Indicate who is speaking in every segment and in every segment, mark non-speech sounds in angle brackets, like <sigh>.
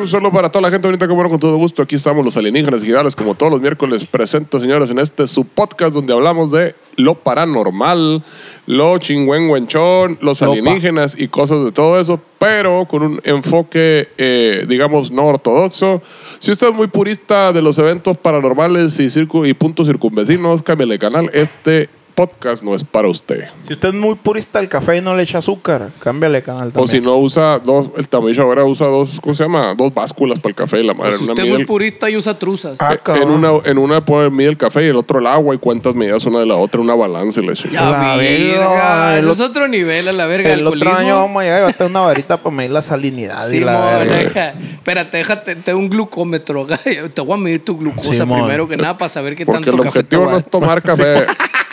Speaker 1: Un saludo para toda la gente bonita, como bueno, con todo gusto. Aquí estamos los alienígenas gigantes, como todos los miércoles. Presento, señores, en este su podcast donde hablamos de lo paranormal, lo chingüengüenchón, los
Speaker 2: Lopa.
Speaker 1: alienígenas y cosas de todo eso, pero con un enfoque, eh, digamos, no ortodoxo. Si usted es muy purista de los eventos paranormales y, circu- y puntos circunvecinos, cámbiale de canal. Este podcast no es para usted.
Speaker 2: Si usted es muy purista del café y no le echa azúcar, cámbiale de canal también.
Speaker 1: O si no usa dos, el tamaño ahora usa dos, ¿cómo se llama? Dos básculas para el café y la madre.
Speaker 3: si
Speaker 1: una
Speaker 3: usted es
Speaker 1: mide
Speaker 3: muy
Speaker 1: el-
Speaker 3: purista y usa truzas.
Speaker 2: Ah,
Speaker 1: eh, en
Speaker 2: cabrón.
Speaker 1: una, en una pone- mide el café y el otro el agua y cuántas medidas una de la otra, una balanza y la chingada.
Speaker 3: ya,
Speaker 2: la
Speaker 3: verga,
Speaker 2: verga,
Speaker 3: Eso
Speaker 2: el
Speaker 3: es
Speaker 2: otro-
Speaker 3: otro nivel a la verga.
Speaker 2: El otro
Speaker 3: alcoholismo.
Speaker 2: año vamos a llegar y va a tener una varita para medir la salinidad y la
Speaker 3: Simón,
Speaker 2: verga.
Speaker 3: eh, espérate, déjate, te doy un glucómetro. <laughs> Te voy a medir tu glucosa
Speaker 2: Simón.
Speaker 3: primero que nada para saber qué
Speaker 1: Porque
Speaker 3: tanto
Speaker 1: el
Speaker 3: café te
Speaker 1: objetivo
Speaker 3: va.
Speaker 1: no es tomar café. <laughs>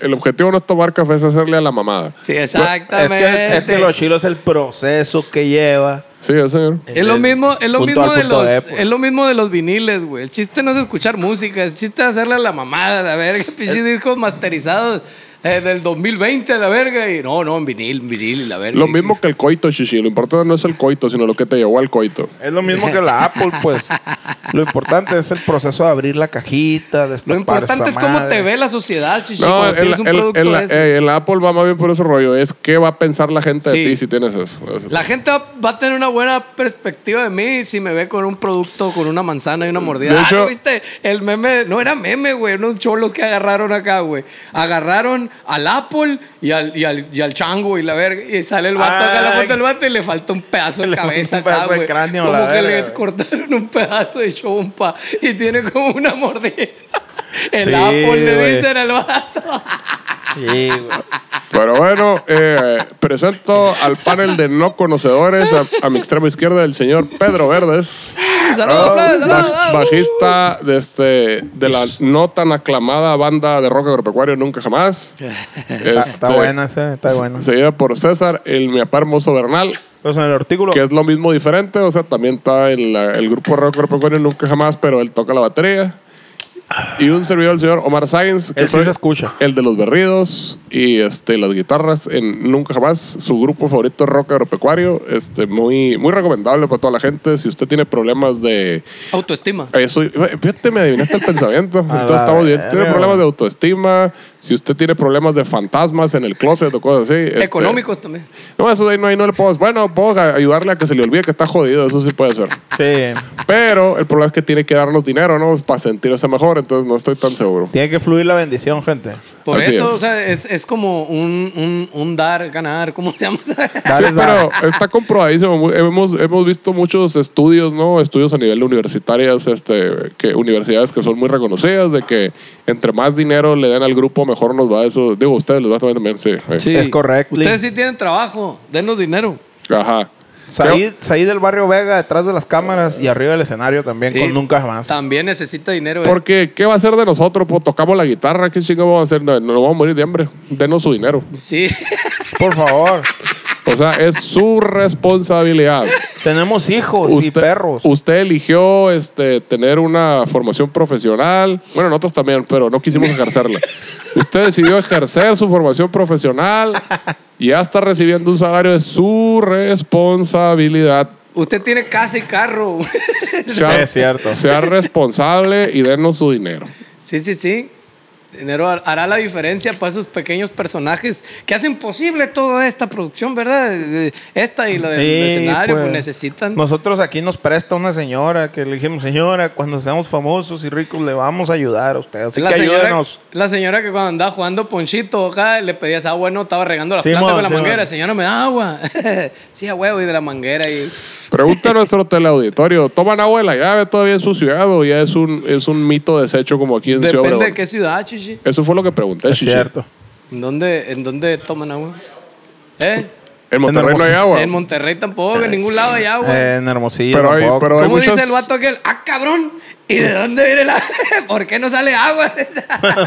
Speaker 1: el objetivo no es tomar café, es hacerle a la mamada.
Speaker 3: Sí,
Speaker 2: Es
Speaker 3: exactamente.
Speaker 2: que, es que los chilos es el proceso que lleva.
Speaker 1: Sí, ya, señor.
Speaker 3: Es lo mismo, es lo
Speaker 2: Punto
Speaker 3: mismo
Speaker 2: A,
Speaker 3: de
Speaker 2: punto
Speaker 3: los,
Speaker 2: B, pues.
Speaker 3: es lo mismo de los viniles, güey. El chiste no es escuchar música, el chiste es hacerle a la mamada,
Speaker 2: <laughs>
Speaker 3: la verga, pinches discos masterizados eh, del 2020 a la verga y no, no, en vinil, en vinil y la verga.
Speaker 1: Lo mismo que el coito, chichi. Lo importante no es el coito, sino lo que te llevó al coito.
Speaker 2: Es lo mismo que <laughs> la Apple, pues. lo importante es el proceso de abrir la cajita,
Speaker 3: Lo
Speaker 2: destapar
Speaker 3: importante
Speaker 2: esa
Speaker 3: es cómo
Speaker 2: madre.
Speaker 3: te ve la sociedad, chichi,
Speaker 1: No,
Speaker 3: cuando
Speaker 1: el,
Speaker 3: tienes un
Speaker 1: el-
Speaker 3: producto
Speaker 1: el-
Speaker 3: de eso.
Speaker 1: eh, el Apple va más bien por ese rollo. Es qué va a pensar la gente
Speaker 3: Sí.
Speaker 1: de ti si tienes eso.
Speaker 3: La gente va va a tener una buena perspectiva de mí si me ve con un producto, con una manzana y una mordida.
Speaker 1: De
Speaker 3: Ah,
Speaker 1: hecho-
Speaker 3: ¿no viste? El meme, no era meme, güey. Unos cholos que agarraron acá, güey. Agarraron al Apple y al, y al, y al chango y la verga. Y sale el vato acá, la
Speaker 2: Ay.
Speaker 3: foto del vato y le falta un pedazo de
Speaker 2: Ah, Le falta
Speaker 3: cabeza
Speaker 2: un
Speaker 3: acá,
Speaker 2: pedazo de
Speaker 3: güey.
Speaker 2: cráneo a
Speaker 3: Como
Speaker 2: la
Speaker 3: que
Speaker 2: verga,
Speaker 3: le
Speaker 2: güey.
Speaker 3: cortaron un pedazo de chompa y tiene como una mordida. <laughs> El
Speaker 2: Sí,
Speaker 3: Apple le
Speaker 2: güey.
Speaker 3: dicen al vato.
Speaker 2: Sí, güey.
Speaker 1: Pero bueno, eh, presento al panel de no conocedores, a, a mi extrema izquierda, el señor Pedro Verdes,
Speaker 2: Ah,
Speaker 1: ah,
Speaker 3: Saludos, saludos,
Speaker 1: baj-
Speaker 3: saludos.
Speaker 1: bajista de, este, de la no tan aclamada banda de rock agropecuario Nunca
Speaker 2: <laughs>
Speaker 1: Jamás.
Speaker 2: Está, está
Speaker 1: Este,
Speaker 2: buena esa, está buena.
Speaker 1: Seguida por César, el mi apá hermoso Bernal,
Speaker 2: Pues en el
Speaker 1: <laughs>
Speaker 2: artículo.
Speaker 1: que es lo mismo diferente, o sea, también está el, el grupo de rock agropecuario Nunca Jamás, pero él toca la batería. Y un servidor, el señor Omar Sainz. que
Speaker 2: Él sí
Speaker 1: soy-
Speaker 2: se escucha.
Speaker 1: el de los berridos y este, las guitarras en Nunca Jamás, su grupo favorito rock agropecuario, este, muy, muy recomendable para toda la gente. Si usted tiene problemas de
Speaker 3: Autoestima.
Speaker 1: eso, fíjate, me adivinaste el
Speaker 2: <laughs>
Speaker 1: pensamiento.
Speaker 2: A
Speaker 1: Entonces
Speaker 2: la
Speaker 1: estamos bien.
Speaker 2: verga,
Speaker 1: Tiene problemas
Speaker 2: güey.
Speaker 1: de autoestima, si usted tiene problemas de fantasmas en el closet o cosas así. este,
Speaker 3: Económicos también.
Speaker 1: No, eso de ahí no, ahí no le podemos. Bueno, puedo a- ayudarle a que se le olvide que está jodido, eso sí puede ser.
Speaker 2: Sí.
Speaker 1: Pero el problema es que tiene que darnos dinero, ¿no? Para sentirse mejor, entonces no estoy tan seguro.
Speaker 2: Tiene que fluir la bendición, gente.
Speaker 3: Por
Speaker 1: Así
Speaker 3: eso,
Speaker 1: es.
Speaker 3: o sea, es, es como un, un, un dar, ganar, ¿cómo
Speaker 2: <laughs>
Speaker 3: se llama?
Speaker 2: Dar
Speaker 1: Sí,
Speaker 2: es dar.
Speaker 1: pero está comprobadísimo. Mu- Hemos, hemos visto muchos estudios, ¿no? Estudios a nivel universitarias, este, que universidades que son muy reconocidas, de que entre más dinero le den al grupo, mejor nos va eso. Digo, ustedes les va también, también sí. eh.
Speaker 2: Es correcto.
Speaker 3: Ustedes sí tienen trabajo, denos dinero.
Speaker 1: Ajá.
Speaker 2: Saí, Saí del barrio Vega, detrás de las cámaras y arriba del escenario también,
Speaker 3: Sí.
Speaker 2: con nunca más.
Speaker 3: También necesita dinero. eh.
Speaker 1: Porque, ¿qué va a hacer de nosotros? Pues tocamos la guitarra, ¿qué chingo vamos a hacer? No, no vamos a morir de hambre. Denos su dinero.
Speaker 3: Sí. <laughs>
Speaker 2: Por favor.
Speaker 1: O sea, es su responsabilidad.
Speaker 2: Tenemos hijos y perros.
Speaker 1: Usted eligió este, tener una formación profesional. Bueno, nosotros también, pero no quisimos ejercerla. usted decidió ejercer su formación profesional y ya está recibiendo un salario de su responsabilidad.
Speaker 3: Usted tiene casa y carro. <laughs>
Speaker 1: Sea-
Speaker 2: Es cierto.
Speaker 1: Sea responsable y denos su dinero.
Speaker 3: sí, sí, sí. Dinero har- hará la diferencia para esos pequeños personajes que hacen posible toda esta producción, ¿verdad? De- de- Esta y la del
Speaker 2: Sí,
Speaker 3: escenario, pues,
Speaker 2: pues.
Speaker 3: necesitan.
Speaker 2: Nosotros aquí nos presta una señora que le dijimos, señora, cuando seamos famosos y ricos le vamos a ayudar a usted. Así
Speaker 3: la,
Speaker 2: que
Speaker 3: señora,
Speaker 2: ayúdenos.
Speaker 3: la señora que cuando andaba jugando ponchito acá le pedías agua, no estaba regando las
Speaker 2: Sí,
Speaker 3: plantas
Speaker 2: mon,
Speaker 3: con la
Speaker 2: sí,
Speaker 3: manguera.
Speaker 2: mon.
Speaker 3: Señora, me da agua. <laughs> sí, a huevo, y de la manguera. Y...
Speaker 1: Pregunta a nuestro teleauditorio: ¿toman agua de la llave todavía en su ciudad o ya es un, es un mito deshecho como aquí en Ciudad
Speaker 3: Depende de
Speaker 1: Obregón?
Speaker 3: qué ciudad, chichi.
Speaker 1: Eh, Eso fue lo que pregunté.
Speaker 2: Es
Speaker 1: Shishi.
Speaker 2: cierto.
Speaker 3: ¿En dónde, en dónde toman agua? ¿Eh?
Speaker 1: En Monterrey no hay
Speaker 2: Hermosillo.
Speaker 1: agua.
Speaker 3: En Monterrey tampoco, en ningún lado hay agua.
Speaker 2: Eh, en Hermosillo
Speaker 1: Pero hay-
Speaker 2: tampoco.
Speaker 1: pero hay
Speaker 3: ¿Cómo
Speaker 1: muchas-
Speaker 3: dice el vato aquel? ¡Ah, cabrón! ¿Y de dónde viene el agua? <laughs> ¿Por qué no sale agua? <laughs>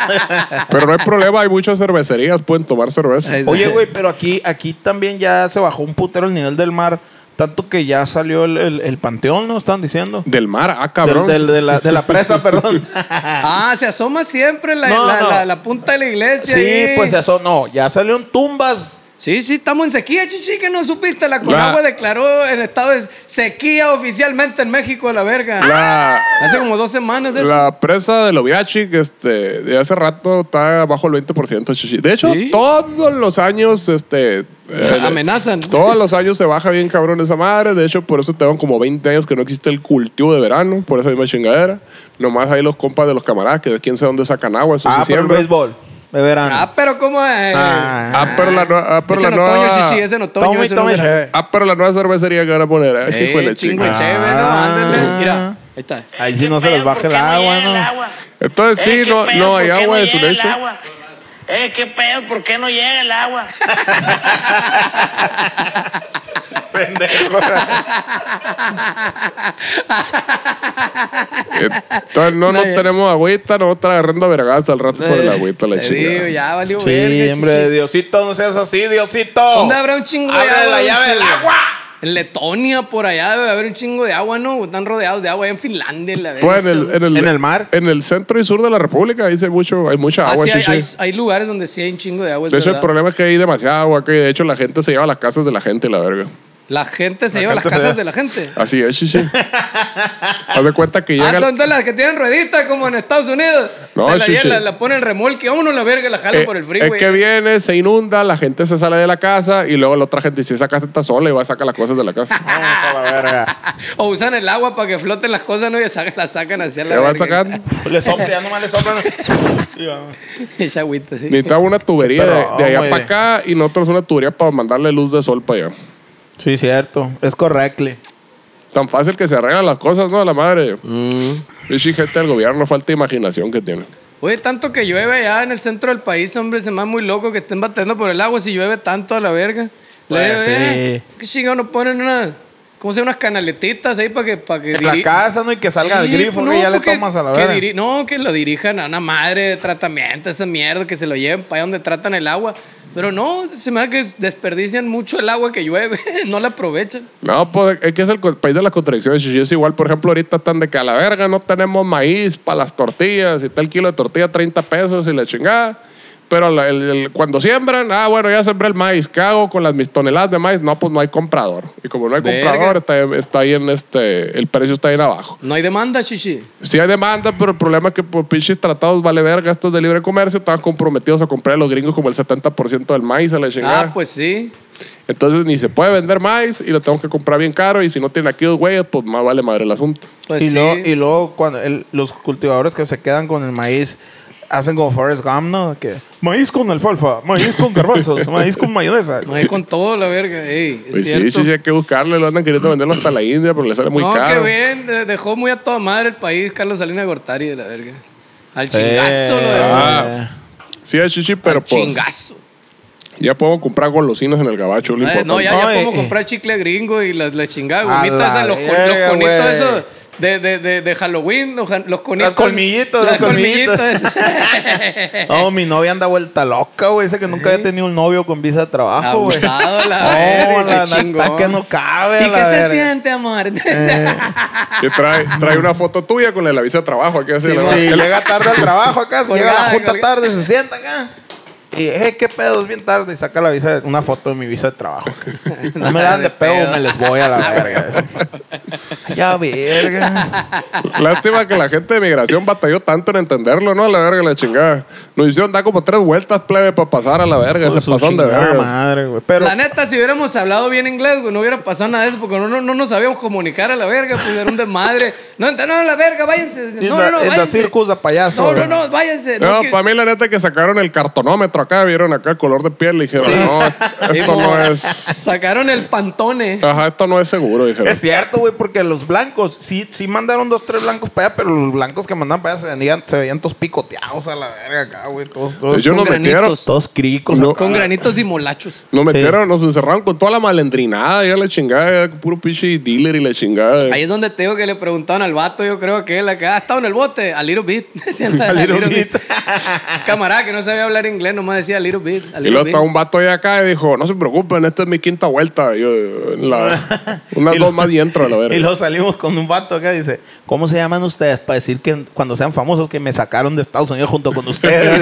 Speaker 1: Pero no hay problema, hay muchas cervecerías, pueden tomar cerveza.
Speaker 3: Ay,
Speaker 2: Oye, güey, pero aquí, aquí también ya se bajó un putero el nivel del mar. Tanto que ya salió el, el- el panteón, ¿no? Están diciendo.
Speaker 1: Del mar, ah,
Speaker 2: Del-
Speaker 1: cabrón.
Speaker 2: del- de, la, de la
Speaker 1: <laughs>
Speaker 2: presa, perdón.
Speaker 3: Ah, se asoma siempre la,
Speaker 2: No,
Speaker 3: la-
Speaker 2: no.
Speaker 3: la- la punta de la iglesia.
Speaker 2: sí,
Speaker 3: ahí.
Speaker 2: pues eso no. Ya salieron tumbas.
Speaker 3: Sí, sí, estamos en sequía, chichi, que no supiste. La Conagua
Speaker 1: La-
Speaker 3: declaró el estado de sequía oficialmente en México, a la verga.
Speaker 1: La,
Speaker 3: Hace como dos semanas de eso.
Speaker 1: la presa de Lobiachi, que este, de hace rato está bajo el 20%. chichi. De hecho,
Speaker 3: Sí.
Speaker 1: todos los años, este. eh,
Speaker 3: <laughs> Amenazan.
Speaker 1: Todos los años se baja bien cabrón esa madre. De hecho, por eso te van como 20 años que no existe el cultivo de verano, por esa misma chingadera. Nomás hay los compas de los camaradas que quién sabe dónde sacan agua. Eso
Speaker 2: Ah,
Speaker 1: sí
Speaker 2: pero el
Speaker 1: siembra.
Speaker 2: béisbol. De verano.
Speaker 3: Ah, pero ¿cómo es?
Speaker 2: Ah,
Speaker 1: Ah, pero la, nue- ah, pero
Speaker 3: ese
Speaker 1: la
Speaker 3: en
Speaker 1: nueva.
Speaker 3: otoño, chichi, ese en otoño.
Speaker 2: Tome,
Speaker 3: ese no
Speaker 2: tome,
Speaker 3: era.
Speaker 2: cheve.
Speaker 1: Ah, pero la nueva cervecería que van a poner. eh,
Speaker 3: Eh,
Speaker 1: hijo de la
Speaker 3: chingo
Speaker 1: chinga.
Speaker 3: de cheve, no,
Speaker 2: Ah.
Speaker 3: ándale. Mira, ahí está.
Speaker 2: Ahí sí no se les
Speaker 4: pedo,
Speaker 2: baja
Speaker 4: ¿por qué
Speaker 2: el
Speaker 4: no
Speaker 2: agua,
Speaker 4: llega el
Speaker 2: ¿no?
Speaker 4: agua?
Speaker 1: Entonces,
Speaker 4: Eh,
Speaker 1: sí,
Speaker 4: ¿qué
Speaker 1: no,
Speaker 4: pedo,
Speaker 1: no
Speaker 4: por
Speaker 1: hay
Speaker 4: qué
Speaker 1: agua,
Speaker 4: no
Speaker 1: de su
Speaker 4: llega el
Speaker 1: leche.
Speaker 4: agua? Eh, qué pedo, ¿por qué no llega el agua?
Speaker 2: <laughs>
Speaker 3: <laughs>
Speaker 2: Pendejo.
Speaker 1: Entonces,
Speaker 3: <laughs>
Speaker 1: no, no
Speaker 3: ya.
Speaker 1: tenemos agüita, no está agarrando a vergas al rato por el agüita, la
Speaker 3: Te digo,
Speaker 1: chica.
Speaker 3: ya valió
Speaker 2: Sí,
Speaker 3: verga,
Speaker 2: hombre,
Speaker 3: chichi.
Speaker 2: Diosito, no seas así, Diosito.
Speaker 3: ¿Dónde habrá un chingo de
Speaker 2: Abre
Speaker 3: agua?
Speaker 2: la llave
Speaker 3: dulce,
Speaker 2: del
Speaker 3: güey?
Speaker 2: agua.
Speaker 3: En Letonia, por allá debe haber un chingo de agua, ¿no? Están rodeados de agua. En Finlandia, la verga.
Speaker 1: Pues en el, en, el,
Speaker 2: ¿En el mar?
Speaker 1: En el centro y sur de la República, ahí sí hay, mucho, hay mucha
Speaker 3: Ah,
Speaker 1: agua,
Speaker 3: sí, hay,
Speaker 1: chichi.
Speaker 3: hay- hay lugares donde sí hay un chingo de agua. es
Speaker 1: De hecho, el
Speaker 3: verdad.
Speaker 1: problema es que hay demasiada agua, que de hecho la gente se lleva a las casas de la gente, la verga.
Speaker 3: La gente se
Speaker 2: La
Speaker 3: lleva
Speaker 2: gente
Speaker 3: las
Speaker 2: se
Speaker 3: casas
Speaker 2: lleva.
Speaker 3: de la gente.
Speaker 1: Así es,
Speaker 3: <laughs>
Speaker 1: sí, sí. Haz de cuenta que
Speaker 3: Ah,
Speaker 1: llega.
Speaker 3: entonces las que tienen rueditas como en Estados Unidos.
Speaker 1: No,
Speaker 3: se la,
Speaker 1: sí,
Speaker 3: llevan,
Speaker 1: sí.
Speaker 3: la, la ponen remolque. Vámonos la verga, la jalan
Speaker 1: eh,
Speaker 3: por el frío.
Speaker 1: es que viene, se inunda, la gente se sale de la casa y luego la otra gente dice: Esa casa está sola y va a sacar las cosas de la casa.
Speaker 3: Ah,
Speaker 2: Vamos a la verga.
Speaker 3: O usan el agua para que floten las cosas, ¿no? Y sa- las sacan hacia <laughs> la
Speaker 1: Le van
Speaker 3: verga.
Speaker 1: sacando.
Speaker 2: <laughs> Le sopla, ya nomás le soplan. Y vamos.
Speaker 3: <laughs> Esa agüita, sí.
Speaker 1: Necesitaba una tubería
Speaker 2: Pero,
Speaker 1: de, de allá
Speaker 2: hombre.
Speaker 1: para acá y nosotros una tubería para mandarle luz de sol para allá.
Speaker 2: Sí, cierto. Es correcto.
Speaker 1: Tan fácil que se arreglan las cosas, ¿no? A la madre.
Speaker 2: Mm.
Speaker 1: Pinche gente del gobierno, falta de imaginación que tiene.
Speaker 3: Oye, tanto que llueve allá en el centro del país, hombre, se me hace muy loco que estén batiendo por el agua si llueve tanto a la verga. Le
Speaker 2: Pues,
Speaker 3: digo, eh,
Speaker 2: sí.
Speaker 3: ¿Qué chingado nos ponen unas, cómo se llama? unas canaletitas ahí para que, para que
Speaker 2: En la
Speaker 3: diri-
Speaker 2: casa, ¿no? Y que salga el
Speaker 3: Sí,
Speaker 2: grifo,
Speaker 3: no,
Speaker 2: que ya le
Speaker 3: porque-
Speaker 2: tomas a la
Speaker 3: que
Speaker 2: verga.
Speaker 3: diri- No, que lo dirijan a una madre de tratamiento, esa mierda, que se lo lleven para allá donde tratan el agua. Pero no, se me da que desperdician mucho el agua que llueve, <laughs> no la aprovechan.
Speaker 1: No, pues es que es el co- país de las contradicciones. chichi. Es igual, por ejemplo, ahorita están de que a la verga no tenemos maíz para las tortillas y tal kilo de tortilla 30 pesos y la chingada. Pero la- el- el- cuando siembran, ah, bueno, ya sembré el maíz. ¿Qué hago con las mis toneladas de maíz? No, pues no hay comprador. Y como no hay
Speaker 3: Verga.
Speaker 1: comprador, está, está ahí en este, el precio está ahí en abajo.
Speaker 3: No hay demanda, chichi.
Speaker 1: Sí hay demanda, pero el problema es que por pinches tratados vale verga estos de libre comercio estaban comprometidos a comprar a los gringos como el 70% del maíz a la chingada.
Speaker 3: Ah, pues sí.
Speaker 1: Entonces ni se puede vender maíz y lo tengo que comprar bien caro y si no tienen aquí dos güeyes, pues más vale madre el asunto.
Speaker 3: Pues
Speaker 2: y,
Speaker 3: sí.
Speaker 2: luego, y luego cuando el- los cultivadores que se quedan con el maíz hacen como Forrest Gump, ¿no? Que maíz con alfalfa, maíz con
Speaker 3: <laughs>
Speaker 2: garbanzos, maíz con mayonesa.
Speaker 3: No hay con todo, la verga. Ey, es
Speaker 1: Pues sí,
Speaker 3: cierto.
Speaker 1: sí, sí, hay que buscarle, lo andan queriendo venderlo hasta la India, pero le sale muy
Speaker 3: no,
Speaker 1: caro.
Speaker 3: qué bien. de- Dejó muy a toda madre el país Carlos Salinas de Gortari de la verga. Al chingazo lo
Speaker 2: Eh,
Speaker 3: dejó.
Speaker 1: ah, Sí, es chichi, pero
Speaker 3: Al
Speaker 1: pues
Speaker 3: chingazo.
Speaker 1: ya podemos comprar golosinas en el gabacho, lo
Speaker 3: Eh, no,
Speaker 1: importante.
Speaker 3: ya, ya
Speaker 2: No,
Speaker 3: podemos
Speaker 2: eh,
Speaker 3: comprar chicle gringo y las la chingada,
Speaker 2: A
Speaker 3: gomitas,
Speaker 2: la
Speaker 3: esas, los, con-
Speaker 2: verga,
Speaker 3: los conitos
Speaker 2: güey.
Speaker 3: esos de, de, de, de Halloween, los, ja- los conitos.
Speaker 2: colmillitos,
Speaker 3: las
Speaker 2: los colmillitos. <laughs>
Speaker 3: colmillitos
Speaker 2: Ah,
Speaker 3: esas.
Speaker 2: No, mi novia anda vuelta loca, güey. Dice que nunca había tenido un novio con visa de trabajo, güey.
Speaker 3: Abusado, Eh. la
Speaker 2: <laughs> No,
Speaker 3: verga, qué
Speaker 2: la neta
Speaker 3: chingón.
Speaker 2: que no cabe,
Speaker 3: ¿Y
Speaker 2: la
Speaker 3: qué se
Speaker 2: verga.
Speaker 3: siente, amor? <laughs>
Speaker 1: Que trae, trae una foto tuya con la visa de trabajo aquí así.
Speaker 3: Sí,
Speaker 1: la
Speaker 3: no.
Speaker 1: verdad.
Speaker 2: Sí, llega tarde al trabajo acá, se llega a la
Speaker 3: Colgada,
Speaker 2: junta
Speaker 3: colgada.
Speaker 2: tarde, se sienta acá. Y, eh, qué pedo, es bien tarde. Y saca la visa, de- una foto de mi visa de
Speaker 3: <laughs>
Speaker 2: trabajo. No me la dan de pedo, me les voy a la verga. Ya, verga.
Speaker 1: Lástima que la gente de migración batalló tanto en entenderlo, ¿no? A la verga, la chingada. Nos hicieron dar como tres vueltas, plebe, para pasar a la verga.
Speaker 2: Con
Speaker 1: Se
Speaker 2: su
Speaker 1: pasaron de
Speaker 2: chingada
Speaker 1: verga.
Speaker 2: madre, güey. Pero,
Speaker 3: la neta, si hubiéramos hablado bien inglés, güey, no hubiera pasado nada de eso, porque no, no, no nos sabíamos comunicar a la verga, pues era un desmadre. No, no, no, la verga, váyanse.
Speaker 2: en
Speaker 3: No,
Speaker 2: la-
Speaker 3: no, no,
Speaker 2: en la
Speaker 3: váyanse.
Speaker 2: circus de payaso.
Speaker 3: No, no,
Speaker 2: güey.
Speaker 3: no, váyanse.
Speaker 1: No,
Speaker 3: que-
Speaker 1: para mí la neta que sacaron el cartonómetro acá, vieron acá el color de piel. Le dijeron,
Speaker 3: Sí.
Speaker 2: <laughs>
Speaker 1: no,
Speaker 3: Sí,
Speaker 1: esto
Speaker 3: mo. <laughs>
Speaker 1: no es.
Speaker 3: Sacaron el pantone.
Speaker 1: Ajá, esto no es seguro, dijeron.
Speaker 2: Es cierto, güey, porque los blancos, sí, sí mandaron dos, tres blancos para allá, pero los blancos que mandaban para allá se veían, se veían todos picoteados a la verga acá, güey. Todos, todos,
Speaker 1: Ellos
Speaker 3: con
Speaker 1: nos metieron,
Speaker 3: granitos.
Speaker 2: todos cricos.
Speaker 1: No.
Speaker 3: <laughs>
Speaker 2: acá.
Speaker 3: Con granitos y molachos.
Speaker 1: nos metieron, nos encerraron con toda la malendrinada, ya la chingada, ya puro pinche dealer y la chingada.
Speaker 3: Ahí es donde te digo que le preguntaban al vato, yo creo que él acá ha estado en el bote, a little bit. <laughs> Decía,
Speaker 2: A little bit.
Speaker 3: Camarada que no sabía hablar inglés, nomás decía a little bit.
Speaker 1: Y
Speaker 3: a little
Speaker 1: luego
Speaker 3: bit.
Speaker 1: estaba un vato allá acá y dijo, no se preocupen, esta es mi quinta vuelta. Yo, en
Speaker 2: <laughs>
Speaker 1: la, unas
Speaker 2: Y
Speaker 1: dos
Speaker 2: lo-
Speaker 1: más y entro a la verga.
Speaker 2: <laughs> Y luego salimos con un vato acá dice, ¿cómo se llaman ustedes? Para decir que cuando sean famosos que me sacaron de Estados Unidos junto con ustedes.